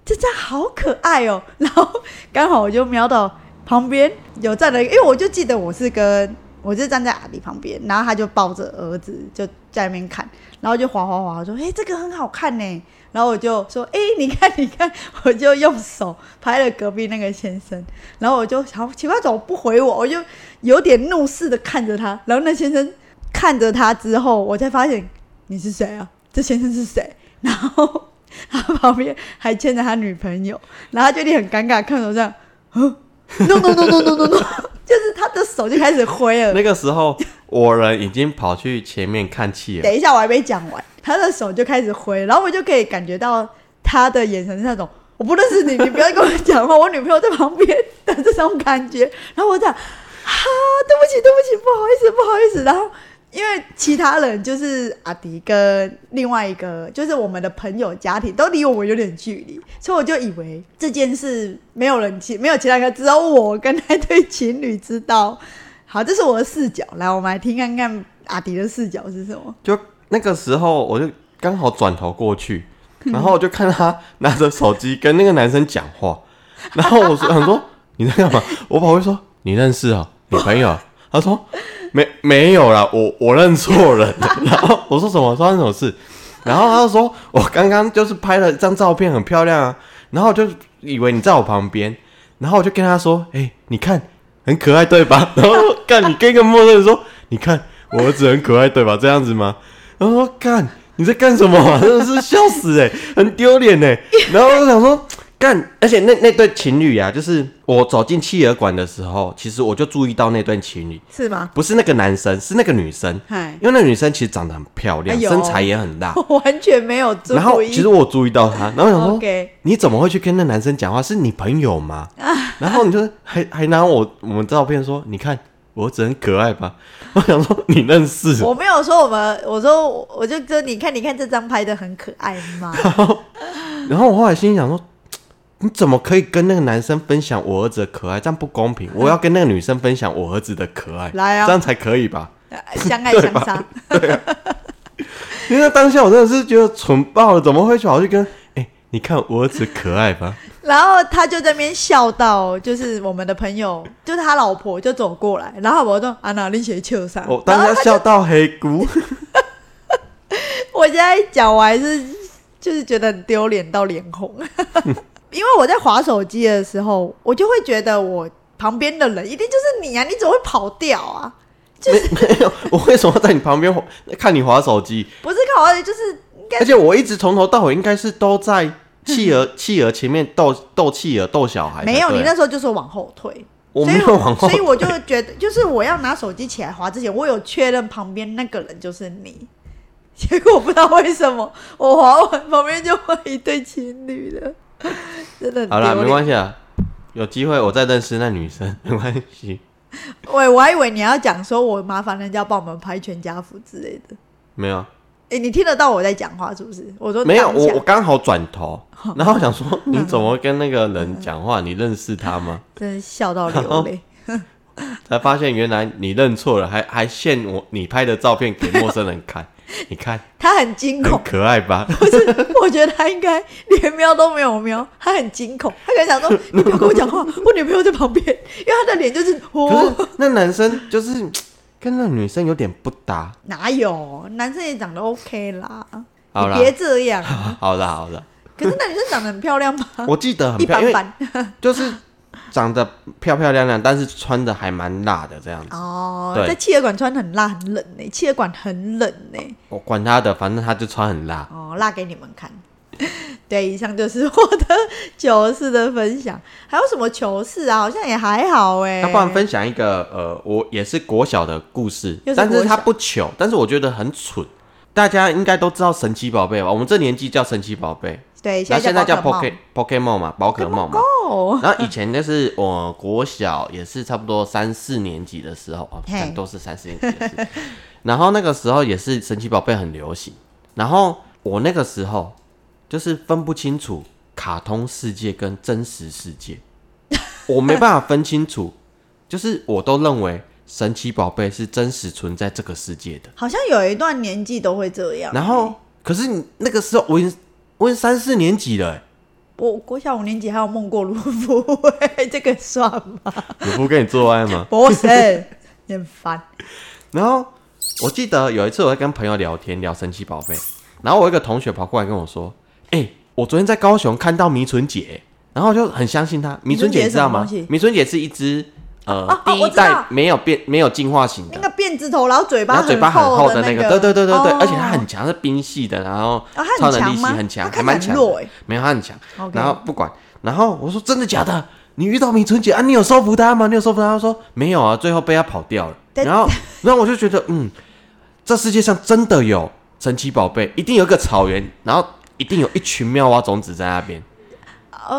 S3: 这张好可爱哦、然后刚好我就瞄到旁边有站了一个，因为我就记得我是跟我就站在阿迪旁边，然后他就抱着儿子就在那边看，然后就滑滑滑，我说，哎、这个很好看呢、然后我就说：“哎、你看，你看！” 我就用手拍了隔壁那个先生，然后我就想奇怪，怎么不回我？我就有点怒视的看着他。然后那先生看着他之后，我才发现你是谁啊？这先生是谁？ 然后他旁边还牵着他女朋友，然后他就有点很尴尬，看着我这样，嗯，no no no no no no no，就是 他的手就开始挥了。
S2: 那个时候，我人已经跑去前面看企鹅，
S3: 等一下，我还没讲完，他的手就开始挥，然后我就可以感觉到他的眼神是那种我不认识你，你不要跟我讲话，我女朋友在旁边的这种感觉。然后我讲 啊，对不起，对不起，不好意思，不好意思。然后因为其他人就是阿迪跟另外一个就是我们的朋友家庭都离我们有点距离，所以我就以为这件事没有人知，没有其他人知道，只有我跟那对情侣知道。好，这是我的视角，来，我们来听看看阿迪的视角是什么。
S2: 就那个时候，我就刚好转头过去，然后我就看他拿着手机跟那个男生讲话， 然后我说想说你在干嘛？我跑过去说你认识啊、女朋友啊？他说没没有啦，我我认错人了。 然后我说什么发生什么事？然后他就说我刚刚就是拍了一张照片，很漂亮啊。然后我就以为你在我旁边，然后我就跟他说，哎、你看很可爱对吧？ 然后说干你跟一个陌生人说，你看我儿子很可爱对吧？这样子吗？然后说干你在干什么、 啊？真的是笑死哎、很丢脸哎。然后我就想说干，而且那那对情侣啊，就是我走进企鹅馆的时候，其实我就注意到那对情侣，
S3: 是吗？
S2: 不是那个男生，是那个女生，
S3: 嗨，
S2: 因为那女生其实长得很漂亮，
S3: 哎呦
S2: 身材也很大。
S3: 我完全没有注意。
S2: 然后其实我注意到 她，然后我想说
S3: OK
S2: 你怎么会去跟那男生讲话？是你朋友吗？
S3: 啊
S2: 然后你就 还还拿我我们照片说，你看我儿子很可爱吧？ 我想说你认识
S3: 我没有说我们，我说我我就说你看你看这张拍的很可爱 嘛，
S2: 然后我后来心里想说，你怎么可以跟那个男生分享我儿子的可爱？这样不公平！我要跟那个女生分享我儿子的可爱，
S3: 啊来啊
S2: 这样才可以吧？
S3: 相爱相杀。
S2: 因为当下我真的是觉得蠢爆了，怎么会跑去跟？哎、你看我儿子可爱 吧？
S3: 然后他就在那边笑到，就是我们的朋友，就是他老婆就走过来，然后我就说啊，那你写秋山。
S2: 我当下笑到黑咕。
S3: 我现在讲，我还是就是觉得很丢脸到脸红， 因为我在划手机的时候，我就会觉得我旁边的人一定就是你啊，你怎么会跑掉啊？
S2: 没有， 我为什么要在你旁边滑看你划手机？
S3: 不是搞笑，就是应该
S2: 而且我一直从头到尾应该是都在企鹅 企鹅前面逗逗企鹅逗小孩才对。
S3: 没有，你那时候就是往后退。
S2: 我
S3: 所
S2: 没
S3: 以
S2: 有往后
S3: 所以我就觉得，就是我要拿手机起来滑之前，我有确认旁边那个人就是你。 结果我不知道为什么，我滑完旁边就换一对情侣了， 真的很
S2: 好啦，
S3: 丢
S2: 没
S3: 脸
S2: 关系啊，有机会我再认识那女生， 没关系。
S3: 喂，我还以为你要讲说我麻烦人家帮我们拍全家福之类的。
S2: 没有，
S3: 哎、你听得到我在讲话是不是？我说
S2: 没有，
S3: 当
S2: 我
S3: 下
S2: 我刚好转头，然后想说你怎么会跟那个人讲 话？你认识他吗？
S3: 真的笑到流泪。
S2: 才发现原来你认错了，还还献我你拍的照片给陌生人 看，你看
S3: 他很惊恐
S2: 很，可爱吧？
S3: 不是，我觉得他应该连瞄都没有瞄，他很惊恐，他可能想说：“你不要跟我讲话，我女朋友在旁边。”因为他的脸就是
S2: 可
S3: 哦，
S2: 是那男生就是跟那女生有点不搭，
S3: 哪有男生也长得 OK 啦，
S2: 好
S3: 你
S2: 啦
S3: 别这样啊。
S2: 好的好的，
S3: 可是那女生长得很漂亮吗？
S2: 我记得很
S3: 一
S2: 漂
S3: 般
S2: 亮，因为
S3: 般
S2: 就是长得漂漂亮亮，但是穿的还蛮辣的这样子。
S3: 哦，
S2: 对
S3: 在企鹅馆穿得很辣很冷呢、企鹅馆很冷呢、
S2: 我管他的，反正他就穿很辣。
S3: 哦，辣给你们看。 对，以上就是我的糗事的分享。还有什么糗事啊？好像也还好哎、
S2: 那不然分享一个呃，我也是国小的故事
S3: 又是，
S2: 但是
S3: 国小
S2: 他不糗，但是我觉得很蠢。大家应该都知道神奇宝贝吧？我们这年纪叫神奇宝贝，
S3: 对，
S2: 然后现在叫
S3: 宝可哦
S2: Poke Pokemon 嘛，宝可梦嘛。
S3: 梦
S2: 然后以前就是我国小也是差不多三四年级的时候，哦，
S3: 嘿
S2: 都是三四年级的事。 然后那个时候也是神奇宝贝很流行，然后我那个时候就是分不清楚卡通世界跟真实世界，我没办法分清楚，就是我都认为神奇宝贝是真实存在这个世界的。
S3: 好像有一段年纪都会这样。
S2: 然后，可是你那个时候我已经我已经三四年级了、欸，
S3: 我国小五年级还有梦过卢浮欸这个算吗？
S2: 有不跟你做爱吗？
S3: 不是，你很烦。
S2: 然后我记得有一次我在跟朋友聊天，聊神奇宝贝，然后我有一个同学跑过来跟我说：“哎、我昨天在高雄看到迷春姐。”然后我就很相信她。迷春姐你知道吗
S3: 迷春姐是什么东西？
S2: 迷春姐是一只呃、
S3: 啊啊
S2: 第
S3: 我
S2: 一
S3: 知道
S2: 代没有变没有进化型
S3: 那
S2: 的，
S3: 个辫子头，然后嘴
S2: 然
S3: 巴
S2: 后嘴巴很厚
S3: 的
S2: 那
S3: 个，
S2: 对对对对对，
S3: 哦
S2: 而且她很强，是冰系的，然后
S3: 啊她
S2: 超
S3: 很
S2: 能力
S3: 强
S2: 系
S3: 吗
S2: 很强，
S3: 她看
S2: 还
S3: 起
S2: 蛮强
S3: 来很弱
S2: 的
S3: 欸，
S2: 没有她很强。
S3: OK
S2: 然后不管，然后我说真的假的？你遇到迷春姐啊？你有收服她吗？你有收服她？她说没有啊，最后被她跑掉了。
S3: 但
S2: 然后，然后我就觉得，嗯，这世界上真的有神奇宝贝，一定有一个草原，然后一定有一群妙蛙种子在那边，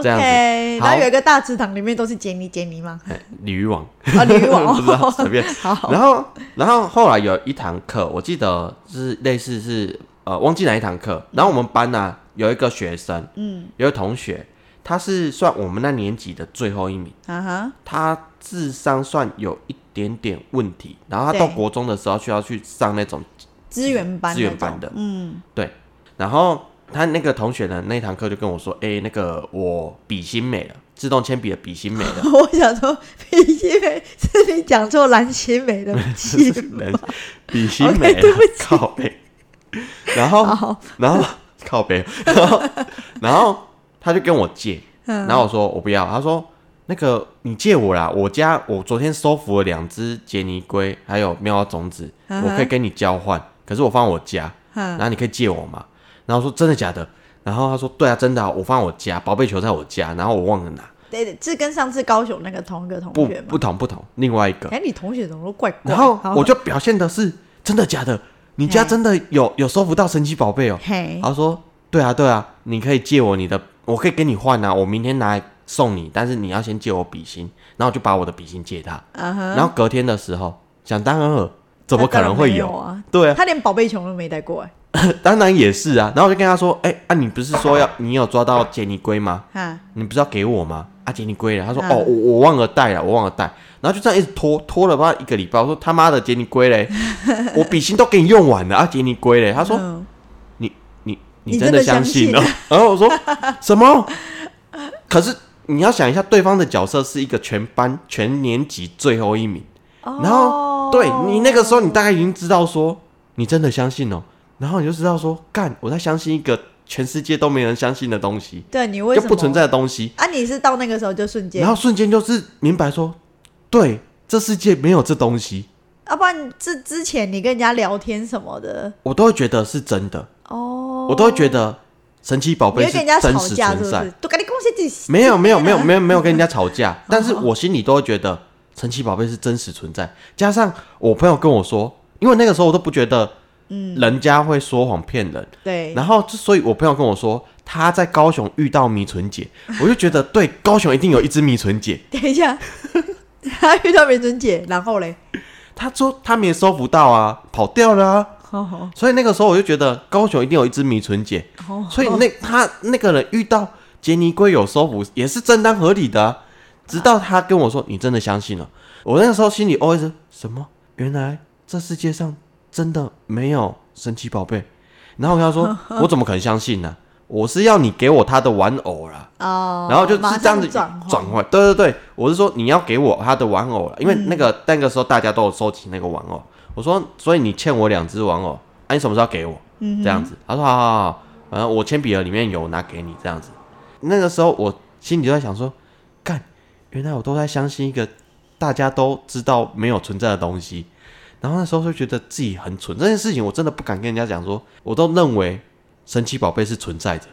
S2: 这样子
S3: OK，
S2: 好
S3: 然后有一个大池塘，里面都是杰尼杰尼吗？
S2: 哎鲤鱼王。
S3: 啊，女王。
S2: 不知道随便
S3: 好，
S2: 然后，然后后来有一堂课，我记得是类似是呃，忘记哪一堂课。然后我们班呢、有一个学生，嗯，有一个同学，他是算我们那年级的最后一名，
S3: 啊哈，
S2: 他智商算有一点点问题。然后他
S3: 对
S2: 到国中的时候需要去上那种
S3: 资源班，
S2: 资源班的，，嗯，对。然后他那个同学呢，那一堂课就跟我说：“哎、那个我笔芯没了，自动铅笔的笔芯没了。”
S3: 我想说，皮西梅是你讲错蓝心梅的气
S2: 人比心美
S3: OK，
S2: 了
S3: 哦对不起哦
S2: 靠背。然后
S3: 好，
S2: 然后靠背，然后，然后他就跟我借，
S3: 嗯
S2: 然后我说我不要，他说那个你借我啦，我家我昨天收服了两只杰尼龟，还有喵蛙种子，
S3: 嗯
S2: 我可以跟你交换，可是我放我家，
S3: 嗯
S2: 然后你可以借我吗？然后我说真的假的？然后他说对啊，真的啊、我放我家，宝贝球在我家，然后我忘了拿，
S3: 对对，这跟上次高雄那个同一个同
S2: 不
S3: 学吗
S2: 不？同不同，另外一个。
S3: 哎，你同学怎么都怪怪？
S2: 然后
S3: 好哎
S2: 我就表现的是真的假的？你家
S3: 嘿
S2: 真的有有收服到神奇宝贝哦？
S3: 嘿，
S2: 他说对啊对啊，你可以借我你的，我可以跟你换啊，我明天拿来送你，但是你要先借我笔芯，然后我就把我的笔芯借他，
S3: 嗯哼，
S2: 然后隔天的时候，想当然尔怎么
S3: 他
S2: 可
S3: 当然
S2: 能会
S3: 没有
S2: 有？
S3: 啊？
S2: 对啊，
S3: 他连宝贝熊都没带过来，哎
S2: 当然也是啊。然后我就跟他说，哎、啊，你不是说要你有抓到杰尼龟吗？
S3: 哈，
S2: 你不是要给我吗？啊，杰尼龟了。他说，
S3: 嗯
S2: 哦，我我忘了带了，我忘了带。然后就这样一直拖拖了不知道一个礼拜。我说他妈的杰尼龟嘞，我笔芯都给你用完了啊，杰尼龟嘞。他说
S3: 嗯
S2: 你你
S3: 你
S2: 你
S3: 真
S2: 真
S3: 的
S2: 的相信哦？ 然后我说什么？可是你要想一下，对方的角色是一个全班全年级最后一名，
S3: 哦
S2: 然后对你那个时候，你大概已经知道说你真的相信哦，然后你就知道说干，我在相信一个全世界都没人相信的东西，
S3: 对你为
S2: 就
S3: 什么
S2: 不存在的东西，
S3: 啊？你是到那个时候就瞬间
S2: 然，后瞬间就是明白说，对，这世界没有这东西，
S3: 要啊不然这之前你跟人家聊天什么的
S2: 我都会觉得是真的，
S3: 哦，
S2: 我都会觉得神奇宝
S3: 你
S2: 贝
S3: 会
S2: 是
S3: 跟人家
S2: 真
S3: 吵
S2: 实
S3: 架是不
S2: 存在
S3: 是。？哦都跟你恭喜自己
S2: 没有没有没有 没有没有跟人家吵架，但是我心里都会觉得神奇宝贝是真实存在。加上我朋友跟我说，因为那个时候我都不觉得，嗯，人家会说谎骗人。
S3: 对，
S2: 然后之所以我朋友跟我说他在高雄遇到迷唇姐，我就觉得对，高雄一定有一只迷唇姐。
S3: 等一下， 他遇到梅珍姐，然后嘞，
S2: 他说他没收不到啊，跑掉了啊。
S3: 哦，
S2: 所以那个时候我就觉得高雄一定有一只迷唇姐，
S3: 哦
S2: 所以那他那个人遇到杰尼龟有收服也是正当合理的啊、直到他跟我说你真的相信了，我那个时候心里 always 什么？原来这世界上真的没有神奇宝贝。然后我跟他说我怎么可能相信呢、我是要你给我他的玩偶啦，
S3: 哦，
S2: 然后就是
S3: 马
S2: 这样
S3: 上
S2: 子
S3: 转
S2: 转换，对对对，我是说你要给我他的玩偶了，因
S3: 嗯
S2: 为那个、那个时候大家都有收集那个玩偶，我说所以你欠我两只玩偶，啊你什么时候要给我？
S3: 嗯
S2: 这样子，他说好好好，反正我铅笔盒里面有，我拿给你这样子。那个时候我心里就在想说，干，原来我都在相信一个大家都知道没有存在的东西，然后那时候就觉得自己很蠢，这件事情我真的不敢跟人家讲说，我都认为神奇宝贝是存在的。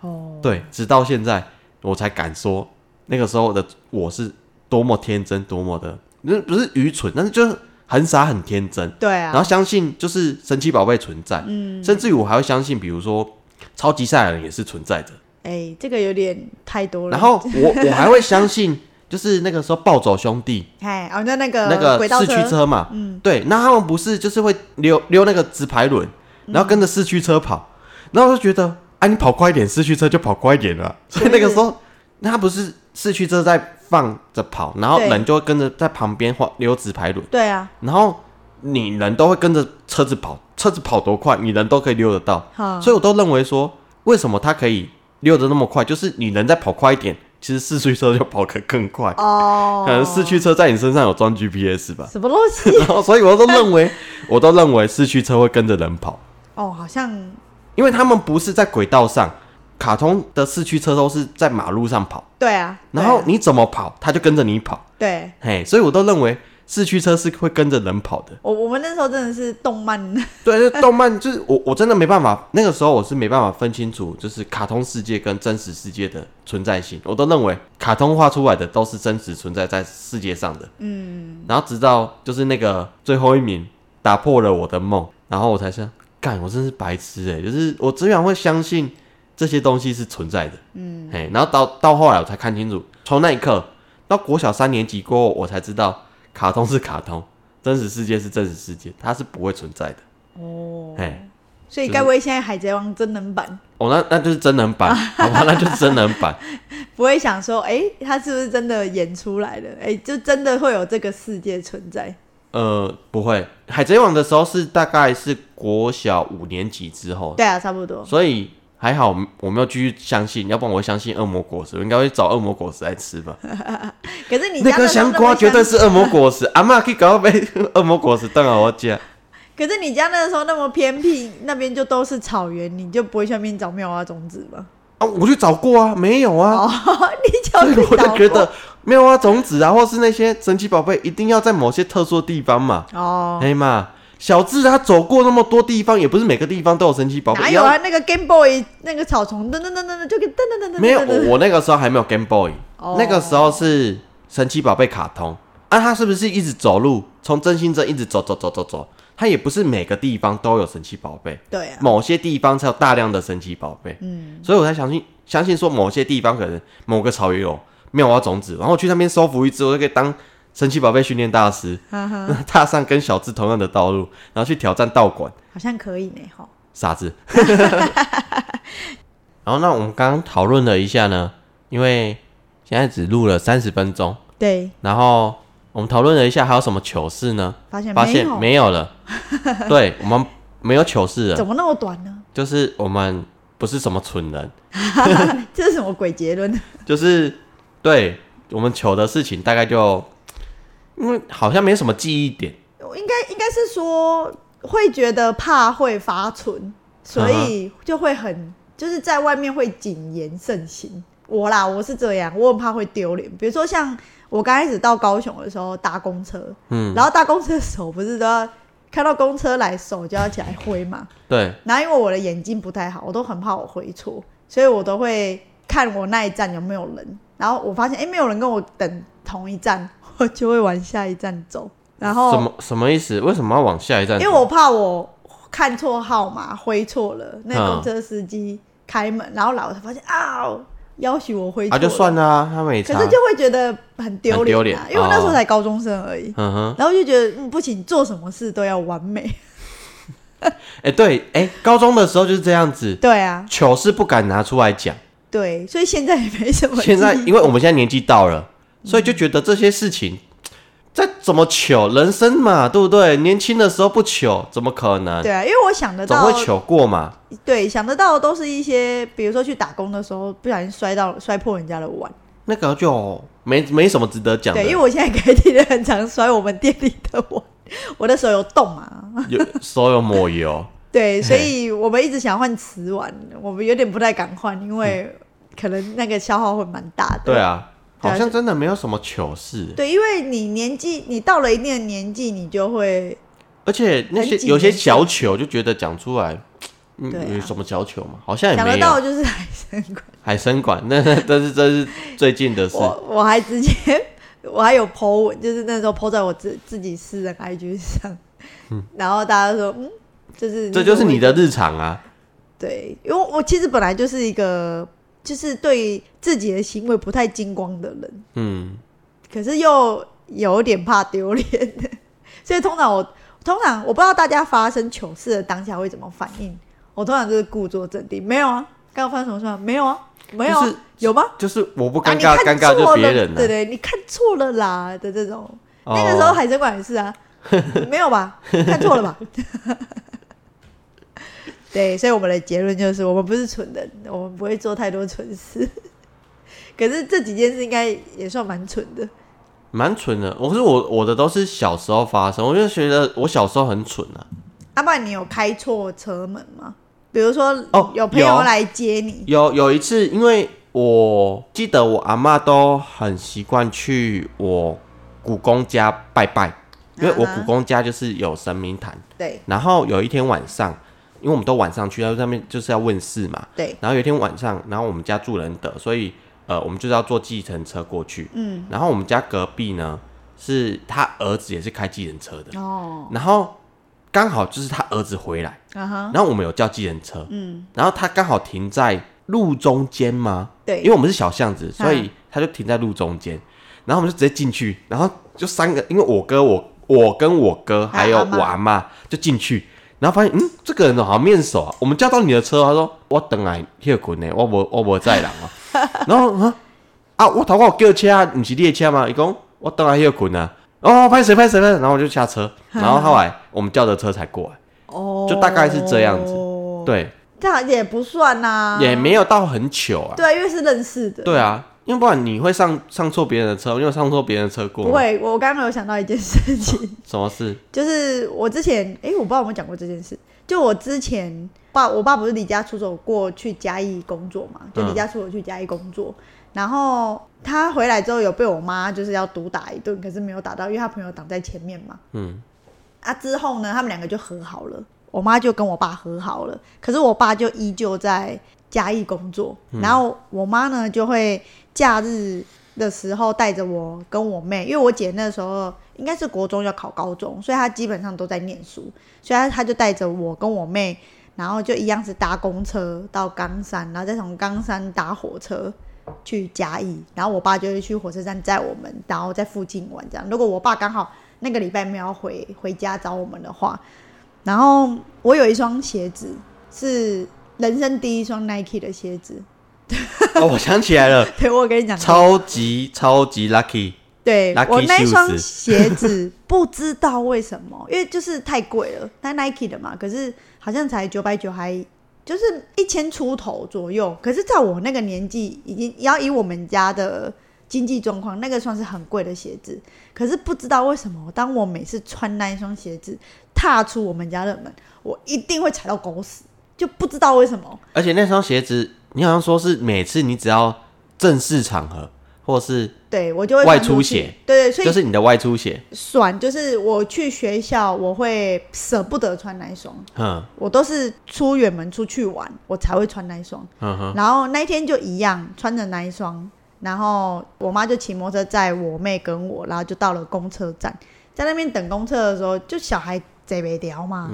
S3: 哦，
S2: 对，直到现在我才敢说，那个时候的我是多么天真，多么的，那不是愚蠢，但是就是很傻很天真，
S3: 对
S2: 然后
S3: 啊，
S2: 相信就是神奇宝贝存在，嗯，甚至于我还会相信，比如说超级赛亚人也是存在的，
S3: 哎，这个有点太多了。
S2: 然后我我还会相信，就是那个时候暴走兄弟
S3: 哎，哦，那那个
S2: 那个
S3: 轨道
S2: 四
S3: 嗯
S2: 驱车嘛，对，那他们不是就是会溜溜那个直排轮，
S3: 嗯
S2: 然后跟着四驱车跑，然后我就觉得，啊，你跑快一点，四驱车就跑快一点 了。所以那个时候，那他不是四驱车在放着跑，然后
S3: 对
S2: 人就会跟着在旁边晃溜直排轮，
S3: 对啊，
S2: 然后你人都会跟着车子跑，车子跑多快，你人都可以溜得到。
S3: 哈，
S2: 所以我都认为说，为什么他可以溜得那么快，就是你人在跑快一点，其实四驱车就跑得更快。
S3: 哦，
S2: 可能四驱车在你身上有装 GPS 吧，
S3: 什么东西？
S2: 然后所以我都认 为，我都认为四驱车会跟着人跑，
S3: 哦，好像
S2: 因为他们不是在轨道上，卡通的四驱车都是在马路上跑，
S3: 对啊。
S2: 然后
S3: 对啊
S2: 你怎么跑，它就跟着你跑，
S3: 对
S2: 嘿，所以我都认为四驱车是会跟着人跑的。
S3: 我我们那时候真的是动漫，
S2: 对，就动漫就是 我我真的没办法，那个时候我是没办法分清楚，就是卡通世界跟真实世界的存在性，我都认为卡通画出来的都是真实存在在世界上的。嗯，然后直到就是那个最后一名打破了我的梦，然后我才想，干，我真是白痴哎、就是我居然会相信这些东西是存在的。嗯，哎，然后到到后来我才看清楚，从那一刻到国小三年级过后，我才知道卡通是卡通。真实世界是真实世界，它是不会存在的。
S3: 哦，
S2: 哎，
S3: 所以
S2: 就是
S3: 该不会现在《海贼王》真人版
S2: 哦，那那就是真人 版，好吧，那就是真人版。
S3: 不会想说，哎、他是不是真的演出来的？哎、就真的会有这个世界存在？
S2: 呃，不会，海贼王的时候是大概是国小五年级之后，
S3: 对啊，差不多。
S2: 所以还好我没有继续相信，要不然我会相信恶魔果实，我应该会找恶魔果实来吃吧。
S3: 可 是你
S2: 那
S3: 家
S2: 颗
S3: 时候
S2: 香
S3: 那么
S2: 瓜绝对
S3: 相
S2: 是恶魔果实，阿妈可以搞杯恶魔果实当好我家。
S3: 可是你家那时候那么偏僻，那边就都是草原，你就不会去那边找妙蛙种子吗？
S2: 啊，我去找过啊，没有啊，
S3: 哦，你就
S2: 所以
S3: 去
S2: 我
S3: 找
S2: 就觉
S3: 过
S2: 得没有啊，种子啊，或是那些神奇宝贝，一定要在某些特殊的地方嘛。
S3: 哦，
S2: 哎嘛，小智他走过那么多地方，也不是每个地方都有神奇宝贝。
S3: 哪
S2: 也
S3: 有
S2: 要
S3: 啊？那个 Game Boy 那个草丛，噔噔噔噔噔，就给噔噔噔噔，
S2: 没有，我我那个时候还没有 Game Boy，、
S3: 哦
S2: 那个时候是神奇宝贝卡通。啊，他是不是一直走路，从真心镇一直走走走走走？他也不是每个地方都有神奇宝贝，
S3: 对啊，
S2: 某些地方才有大量的神奇宝贝。嗯，所以我才相信相信说某些地方可能某个草原有妙蛙种子，然后我去那边收服一只，我就可以当神奇宝贝训练大师，
S3: 哈哈，
S2: 踏上跟小智同样的道路，然后去挑战道馆。
S3: 好像可以呢，哈，
S2: 傻子。 然后，那我们刚刚讨论了一下呢，因为现在只录了三十分钟，
S3: 对，
S2: 然后我们讨论了一下还有什么糗事呢？
S3: 发现
S2: 发
S3: 没
S2: 现
S3: 有，
S2: 没有 了，对我们没有糗事了
S3: 怎，么那么短呢？
S2: 就是我们不是什么蠢人，
S3: 这是什么鬼结论？
S2: 就是对我们糗的事情大概就，因为好像没什么记忆点，
S3: 我应该应该是说会觉得怕会发蠢，所以就会很就是在外面会谨言慎行。我啦，我是这样，我很怕会丢脸。比如说像我刚开始到高雄的时候搭公车，
S2: 嗯，
S3: 然后搭公车的手不是都要看到公车来手就要起来挥嘛，
S2: 对，
S3: 然后因为我的眼睛不太好，我都很怕我回错，所以我都会看我那一站有没有人。然后我发现哎、诶没有人跟我等同一站， 我就会往下一站走。然后
S2: 什么什么意思？为什么要往下一站走？
S3: 因为我怕我看错号码，挥错了，那
S2: 嗯
S3: 公车司机开门，然后老才发现啊，要许我挥错、
S2: 啊，就算
S3: 了，
S2: 啦、他没
S3: 可
S2: 差，
S3: 是就会觉得很丢
S2: 很丢
S3: 脸、啊，
S2: 脸
S3: 因为我那时候
S2: 哦
S3: 才高中生而已，
S2: 嗯哼。
S3: 然后就觉得嗯不行，做什么事都要完美，
S2: 哎、对，哎、高中的时候就是这样子，
S3: 对啊，
S2: 糗事不敢拿出来讲。
S3: 对，所以现在也没什么记忆，
S2: 现在，因为我们现在年纪到了，所以就觉得这些事情再怎么糗，人生嘛，对不对？年轻的时候不糗，怎么可能？
S3: 对啊，因为我想得
S2: 总
S3: 到
S2: 会，糗过嘛。
S3: 对，想得到的都是一些，比如说去打工的时候不小心摔到摔破人家的碗，
S2: 那个就没没什么值得讲的
S3: 对，因为，我现在开店的很常摔我们店里的碗，我的手有洞嘛，
S2: 有手有抹 油，
S3: 对，所
S2: 嘿
S3: 以我们一直想换瓷碗，我们有点不太敢换，因为可能那个消耗会蛮大的。
S2: 嗯对，啊，
S3: 对啊
S2: 好像真的没有什么糗事。
S3: 对，因为你年纪，你到了一定的年纪，你就会
S2: 而且那些
S3: 很谨
S2: 有些
S3: 言慎
S2: 小糗，就觉得讲出来，嗯，
S3: 对啊
S2: 有什么小糗嘛？好像也
S3: 想得
S2: 没有
S3: 到。就是海参馆。
S2: 海参馆，那但是这是最近的事。
S3: 我我还直接， 我还有 po 文，就是那时候 po 在我自自己私人 IG 上， 然后大家都说，嗯，就是
S2: 这就是
S3: 我
S2: 你的日常啊。
S3: 对，因为我其实本来就是一个就是对自己的行为不太精光的人，
S2: 嗯，
S3: 可是又有点怕丢脸， 所以通常我通常我不知道大家发生糗事的当下会怎么反应，我通常就是故作镇定，没有啊，刚刚发生什么事啊？没有啊，没有、
S2: 就
S3: 啊
S2: 是，
S3: 有吗？
S2: 就是我不
S3: 啊
S2: 尴
S3: 你
S2: 尬，
S3: 看
S2: 尴尬就
S3: 错
S2: 别
S3: 了
S2: 人了
S3: 对。对，你看错了啦的这种。
S2: 哦
S3: 那个时候海参馆也是 啊，没有吧？看错了吧？ 对，所以我们的结论就是，我们不是蠢人，我们不会做太多蠢事。可是这几件事应该也算蛮蠢的。
S2: 蛮蠢的。我可是我我的都是小时候发生，我就觉得我小时候很蠢啊。
S3: 阿、爸，你有开错车门吗？比如说，
S2: 哦
S3: 有朋友
S2: 有
S3: 来接你，
S2: 有有一次，因为我记得我阿妈都很习惯去我姑公家拜拜，因为我
S3: 啊哈
S2: 姑公家就是有神明坛。
S3: 对
S2: 然后有一天晚上，因为我们都晚上去，然后上面就是要问事嘛。
S3: 对，
S2: 然后有一天晚上，然后我们家住仁德，所以呃，我们就是要坐计程车过去。嗯，然后我们家隔壁呢，是他儿子也是开计程车的，
S3: 哦，
S2: 然后刚好就是他儿子回来，
S3: 啊哈，
S2: 然后我们有叫计程车，嗯，然后他刚好停在路中间嘛，
S3: 对
S2: 因为我们是小巷子，所
S3: 嗯
S2: 以他就停在路中间，然后我们就直接进去，然后就三个，因为我哥我我跟我哥还有
S3: 阿嬷
S2: 我阿妈就进去。然后发现，嗯，这个人好像面熟啊。我们叫到你的车，他说我等来歇困呢，我无我无在人啊。 然后啊啊，我头我叫车，不是列车吗？伊讲我等来歇困啊。哦，拍谁拍谁了？然后我就下 车，然后后来我们叫的车才过来。
S3: 哦，
S2: 就大概是这样子
S3: 对，
S2: 对，
S3: 哦这样也不算呐、
S2: 也没有到很糗啊。
S3: 啊对啊，因为是认识的。
S2: 对啊，因为不然你会上上错别人的车，你有上错别人的车过吗？
S3: 不，会，我刚刚有想到一件事情，
S2: 什么事？
S3: 就是我之前，诶，我不知道有没有讲过这件事。就我之前爸，我爸不是离家出走过去嘉义工作嘛，就离
S2: 嗯
S3: 家出走去嘉义工作。然后他回来之后有被我妈就是要毒打一顿，可是没有打到，因为他朋友挡在前面嘛。
S2: 嗯，
S3: 啊，之后呢，他们两个就和好了，我妈就跟我爸和好了，可是我爸就依旧在嘉义工作，
S2: 嗯
S3: 然后我妈呢就会假日的时候带着我跟我妹，因为我姐那时候应该是国中要考高中，所以她基本上都在念书，所以她她就带着我跟我妹，然后就一样是搭公车到冈山，然后再从冈山搭火车。去嘉义，然后我爸就会去火车站载我们，然后在附近玩这样。如果我爸刚好那个礼拜没有回回家找我们的话，然后我有一双鞋子是人生第一双 Nike 的鞋子，
S2: 哦，我想起来了，
S3: 对我有跟你讲过，
S2: 超级超级 lucky，
S3: 对
S2: Lucky
S3: 我那
S2: shoes
S3: 双鞋子不知道为什么，因为就是太贵了，但 Nike 的嘛，可是好像才九百九还。就是一千出头左右，可是在我那个年纪，已经要以我们家的经济状况，那个算是很贵的鞋子。可是不知道为什么，当我每次穿那一双鞋子踏出我们家的门，我一定会踩到狗屎，就不知道为什么。
S2: 而且那双鞋子，你好像说是每次你只要正式场合，或是
S3: 对我就会
S2: 外
S3: 穿出
S2: 出
S3: 去
S2: 鞋，
S3: 对对，所以
S2: 就是你的外出鞋，
S3: 爽，就是我去学校，我会舍不得穿那一双，
S2: 哼
S3: 我都是出远门出去玩，我才会穿那一双。
S2: 嗯哼哼，
S3: 然后那一天就一样，穿着那一双，然后我妈就骑摩托车载我妹跟我，然后就到了公车站，在那边等公车的时候，就小孩贼没聊嘛，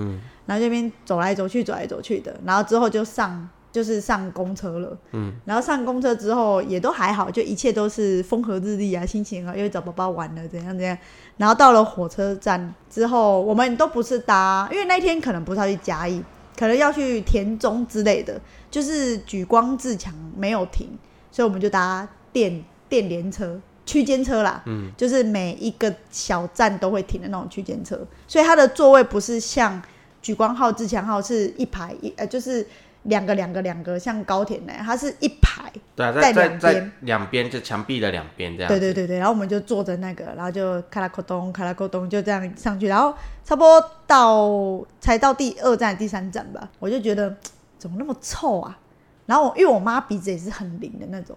S3: 然后这边走来走去，走来走去的，然后之后就上。就是上公车了，嗯，然后上公车之后也都还好，就一切都是风和日丽啊，心情很好，又找宝宝玩了，怎样怎样。然后到了火车站之后，我们都不是搭，因为那天可能不是要去嘉义，可能要去田中之类的，就是举光自强没有停，所以我们就搭电电联车、区间车啦，嗯，就是每一个小站都会停的那种区间车，所以它的座位不是像举光号、自强号是一排一呃，就是两个两个两个，像高铁那样，它是一排，
S2: 对啊，在
S3: 在
S2: 在
S3: 两
S2: 在
S3: 边
S2: 两边就墙壁的两边这样，
S3: 对对，对对，然后我们就坐着那个，然后就咔啦咕咚咔啦咕咚就这样上去，然后差不多到才到第二站第三站吧，我就觉得嘖嗯怎么那么臭啊！然后我因为我妈鼻子也是很灵的那种，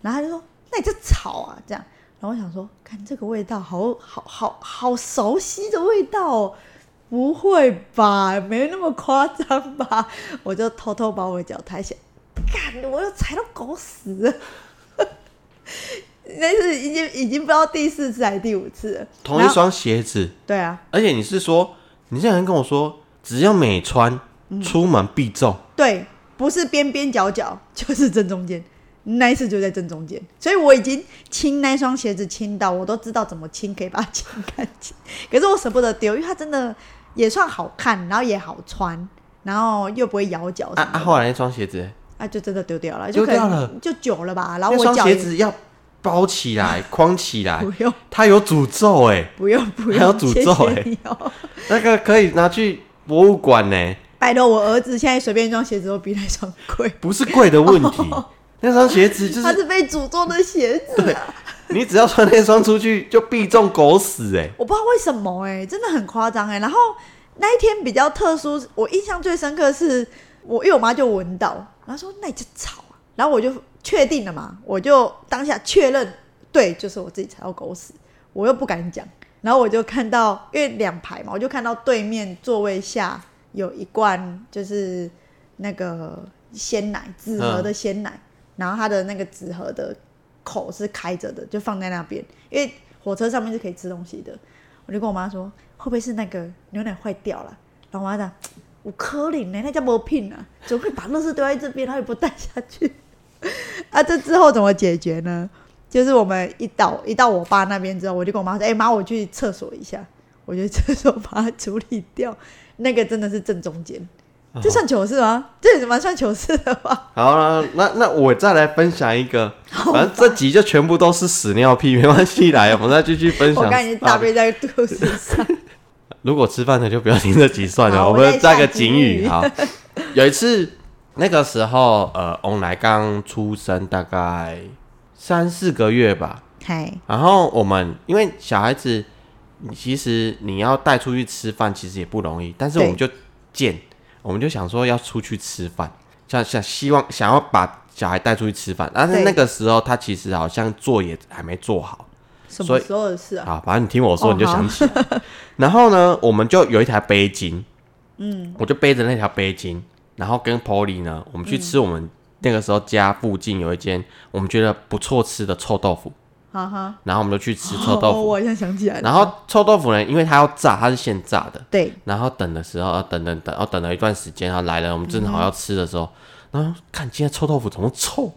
S3: 然后她就说：“那你这草啊！”这样，然后我想说，看这个味道好好好好熟悉的味道哦。不会吧，没那么夸张吧？ 我就偷偷把我的脚抬起来，干，我又踩到狗屎了。 那是已经已经不知道第四次还是第五次了。
S2: 同一
S3: 然后
S2: 双鞋子，
S3: 对啊，
S2: 而且你是说，你现在跟我说，只要每穿，
S3: 嗯
S2: 出门必中，
S3: 对，不是边边角角， 就是正中间。那一次就在正中间，所以我已经清那双鞋子清到，我都知道怎么清可以把它清干净。 可是我舍不得丢，因为它真的也算好看，然后也好穿，然后又不会咬脚什
S2: 啊
S3: 么
S2: 啊！
S3: 的
S2: 后来那双鞋子，
S3: 啊，就真的丢掉了，
S2: 丢
S3: 就可
S2: 掉
S3: 能
S2: 了
S3: 就久了吧。然
S2: 那
S3: 后啊我
S2: 双
S3: 脚
S2: 鞋
S3: 也
S2: 子要包起 来、框起来
S3: 不，用
S2: 它有诅咒哎、
S3: 不用不用，
S2: 还有诅
S3: 谢谢
S2: 咒欸
S3: 你哦
S2: 那个可以拿去博物馆欸呢、
S3: 拜托，我儿子现在随便一双鞋子都比那双贵，
S2: 不是贵的问 题。那双鞋子就
S3: 他
S2: 是
S3: 是被诅咒的鞋子啊！
S2: 你只要穿那双出去就必中狗屎哎、
S3: 我不知道为什么哎、真的很夸张哎。然后那一天比较特殊，我印象最深刻是我因为我妈就闻到，然后说那你就吵啊，然后我就确定了嘛，我就当下确认，对，就是我自己踩到狗屎，我又不敢讲，然后我就看到因为两排嘛，我就看到对面座位下有一罐就是那个鲜奶纸盒的鲜奶，然后它的那个纸盒的口是开着的，就放在那边，因为火车上面是可以吃东西的。我就跟我妈说，会不会是那个牛奶坏掉了？然后我妈讲，我可怜呢，那叫没品啊，怎么会把垃圾丢在这边，然后也不带下去？啊，这之后怎么解决呢？就是我们一到一到我爸那边之后，我就跟我妈说：“哎、妈，我去厕所一下，我去厕所把它处理掉。”那个真的是正中间，
S2: 哦
S3: 这算糗事吗？这也蛮算糗事的 吧？
S2: 好啦，那那我再来分享一个，反正这集就全部都是屎尿屁，没关系，来，我们再继续分
S3: 我
S2: 享。
S3: 刚才已经大便在肚子上，
S2: 啊 如果吃饭的就不要听这集算了，
S3: 好
S2: 我
S3: 我
S2: 们
S3: 再
S2: 加个
S3: 下集
S2: 警语哈。有一次，那个时候，呃，翁来刚出生大概三四个月吧，
S3: 嗨，
S2: 然后我们因为小孩子，你其实你要带出去吃饭其实也不容易，但是我们就见，我们就想说要出去吃饭，想想希望想要把小孩带出去吃饭，但是
S3: 对
S2: 那个时候他其实好像做也还没做好。
S3: 什
S2: 所
S3: 么
S2: 以
S3: 时候的事啊？
S2: 好，反正你听我说
S3: 哦
S2: 你就想起来。 然后呢，我们就有一台背巾，嗯，我就背着那条背巾，然后跟 Polly 呢，我们去吃我们那个时候家附近有一间我们觉得不错吃的臭豆腐，
S3: 哈哈，
S2: 然后我们就去吃臭豆
S3: 哦，
S2: 腐。
S3: 我好像想起来了。
S2: 然后臭豆腐呢，因为它要炸，它是现炸的，
S3: 对，
S2: 然后等的时候，呃等等等，然哦后等了一段时间，然后来了，我们
S3: 嗯
S2: 正好要吃的时候，然后看今天臭豆腐怎么臭，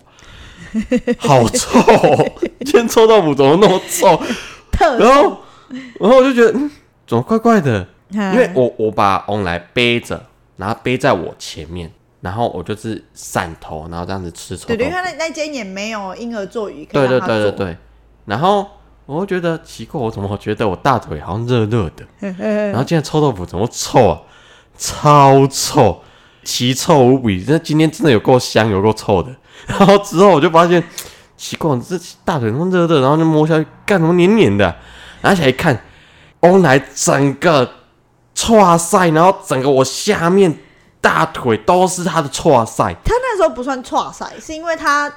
S2: 好臭哦！ 今天臭豆腐怎么那么臭？
S3: 特
S2: 然后，然后我就觉得，嗯，怎么怪怪的？
S3: 因
S2: 因为我我把翁来背着，然后背在我前面，然后我就是散头，然后这样子吃臭
S3: 对
S2: 豆
S3: 对，
S2: 腐
S3: 因为。那那间也没有婴儿座椅可以
S2: 对对
S3: 让他
S2: 对对
S3: 坐，
S2: 对。然后我就觉得奇怪，我怎么觉得我大腿好像热热的？然后今天臭豆腐怎么臭啊？超臭，奇臭无比。那今天真的有够香，有够臭的。 然后之后我就发现，奇怪，这大腿那么热热，然后就摸下去，干什么黏黏的、拿起来一看，翁来整个哇塞，然后整个我下面大腿都是他的哇塞，
S3: 他那时候不算岔塞，是因为他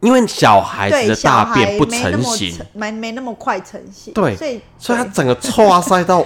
S2: 因为小孩子
S3: 对
S2: 的
S3: 小
S2: 大
S3: 孩
S2: 便
S3: 没
S2: 不
S3: 那
S2: 成
S3: 么
S2: 形，
S3: 没没那么快成型，
S2: 对
S3: 所以
S2: 所以他
S3: 对
S2: 整个臭啊塞到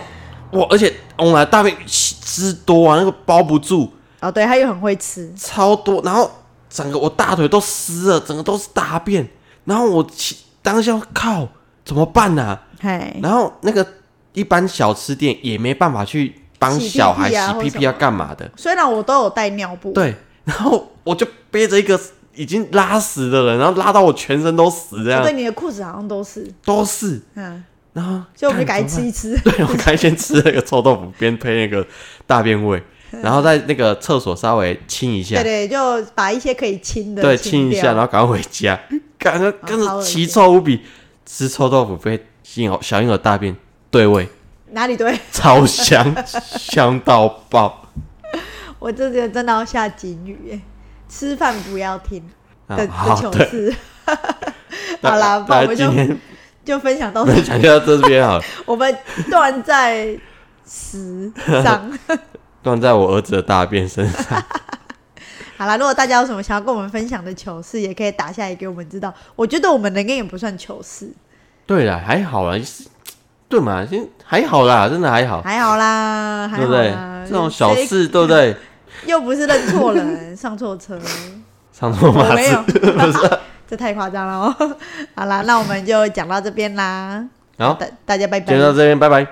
S2: 我，而且翁来大便之多啊，那个包不住，
S3: 哦，对，他又很会吃，
S2: 超多，然后整个我大腿都湿了，整个都是大便，然后我起当下靠怎么办呢、啊？
S3: 嘿，
S2: 然后那个一般小吃店也没办法去帮
S3: 洗屁屁
S2: 小孩
S3: 啊
S2: 洗
S3: 或
S2: 屁
S3: 什
S2: 屁要
S3: 么
S2: 干嘛的，
S3: 虽然我都有带尿布，，
S2: 对，然后我就背着一个已经拉屎的人，然后拉到我全身都屎这样
S3: 对，，你的裤子好像都是，
S2: 都是，
S3: 嗯，
S2: 然后
S3: 所以我们就赶
S2: 干
S3: 紧
S2: 怎么办
S3: 吃一吃，
S2: 对，我刚先吃那个臭豆腐，边配那个大便味，然后在那个厕所稍微清一下
S3: 对，对，就把一些可以清的
S2: 对，清一下，
S3: 掉
S2: 然后赶快回家， 感觉跟
S3: 好
S2: 着
S3: 恶
S2: 奇
S3: 心
S2: 臭无比。吃臭豆腐被婴儿小婴儿大便对味，
S3: 哪里对
S2: 超 香，香到爆。
S3: 我这个真的要下警语，哎吃饭不要听
S2: 啊
S3: 的
S2: 好
S3: 的糗
S2: 对
S3: 事，好啦
S2: 那
S3: 不
S2: 那
S3: 然我们
S2: 今
S3: 就
S2: 天
S3: 就分享到这
S2: 分享就到这边好了，
S3: 我们断在十 上。
S2: 断在我儿子的大便身上。
S3: 好啦，如果大家有什么想要跟我们分享的糗事，也可以打下来给我们知道。我觉得我们的应该也不算糗事，
S2: 对啦，还好啦，是对嘛，先还好啦，真的还好，
S3: 还好啦，还
S2: 对不
S3: 好
S2: 对
S3: 啦？。
S2: 这种小
S3: 谁
S2: 事，对不 对？
S3: 又不是认错人，上错车，
S2: 上错
S3: 我
S2: 马
S3: 没
S2: 子
S3: 有， 这太夸张了哦。好啦，那我们就讲到这边啦，
S2: 好，
S3: 大大家拜拜。
S2: 今天到这边，拜拜。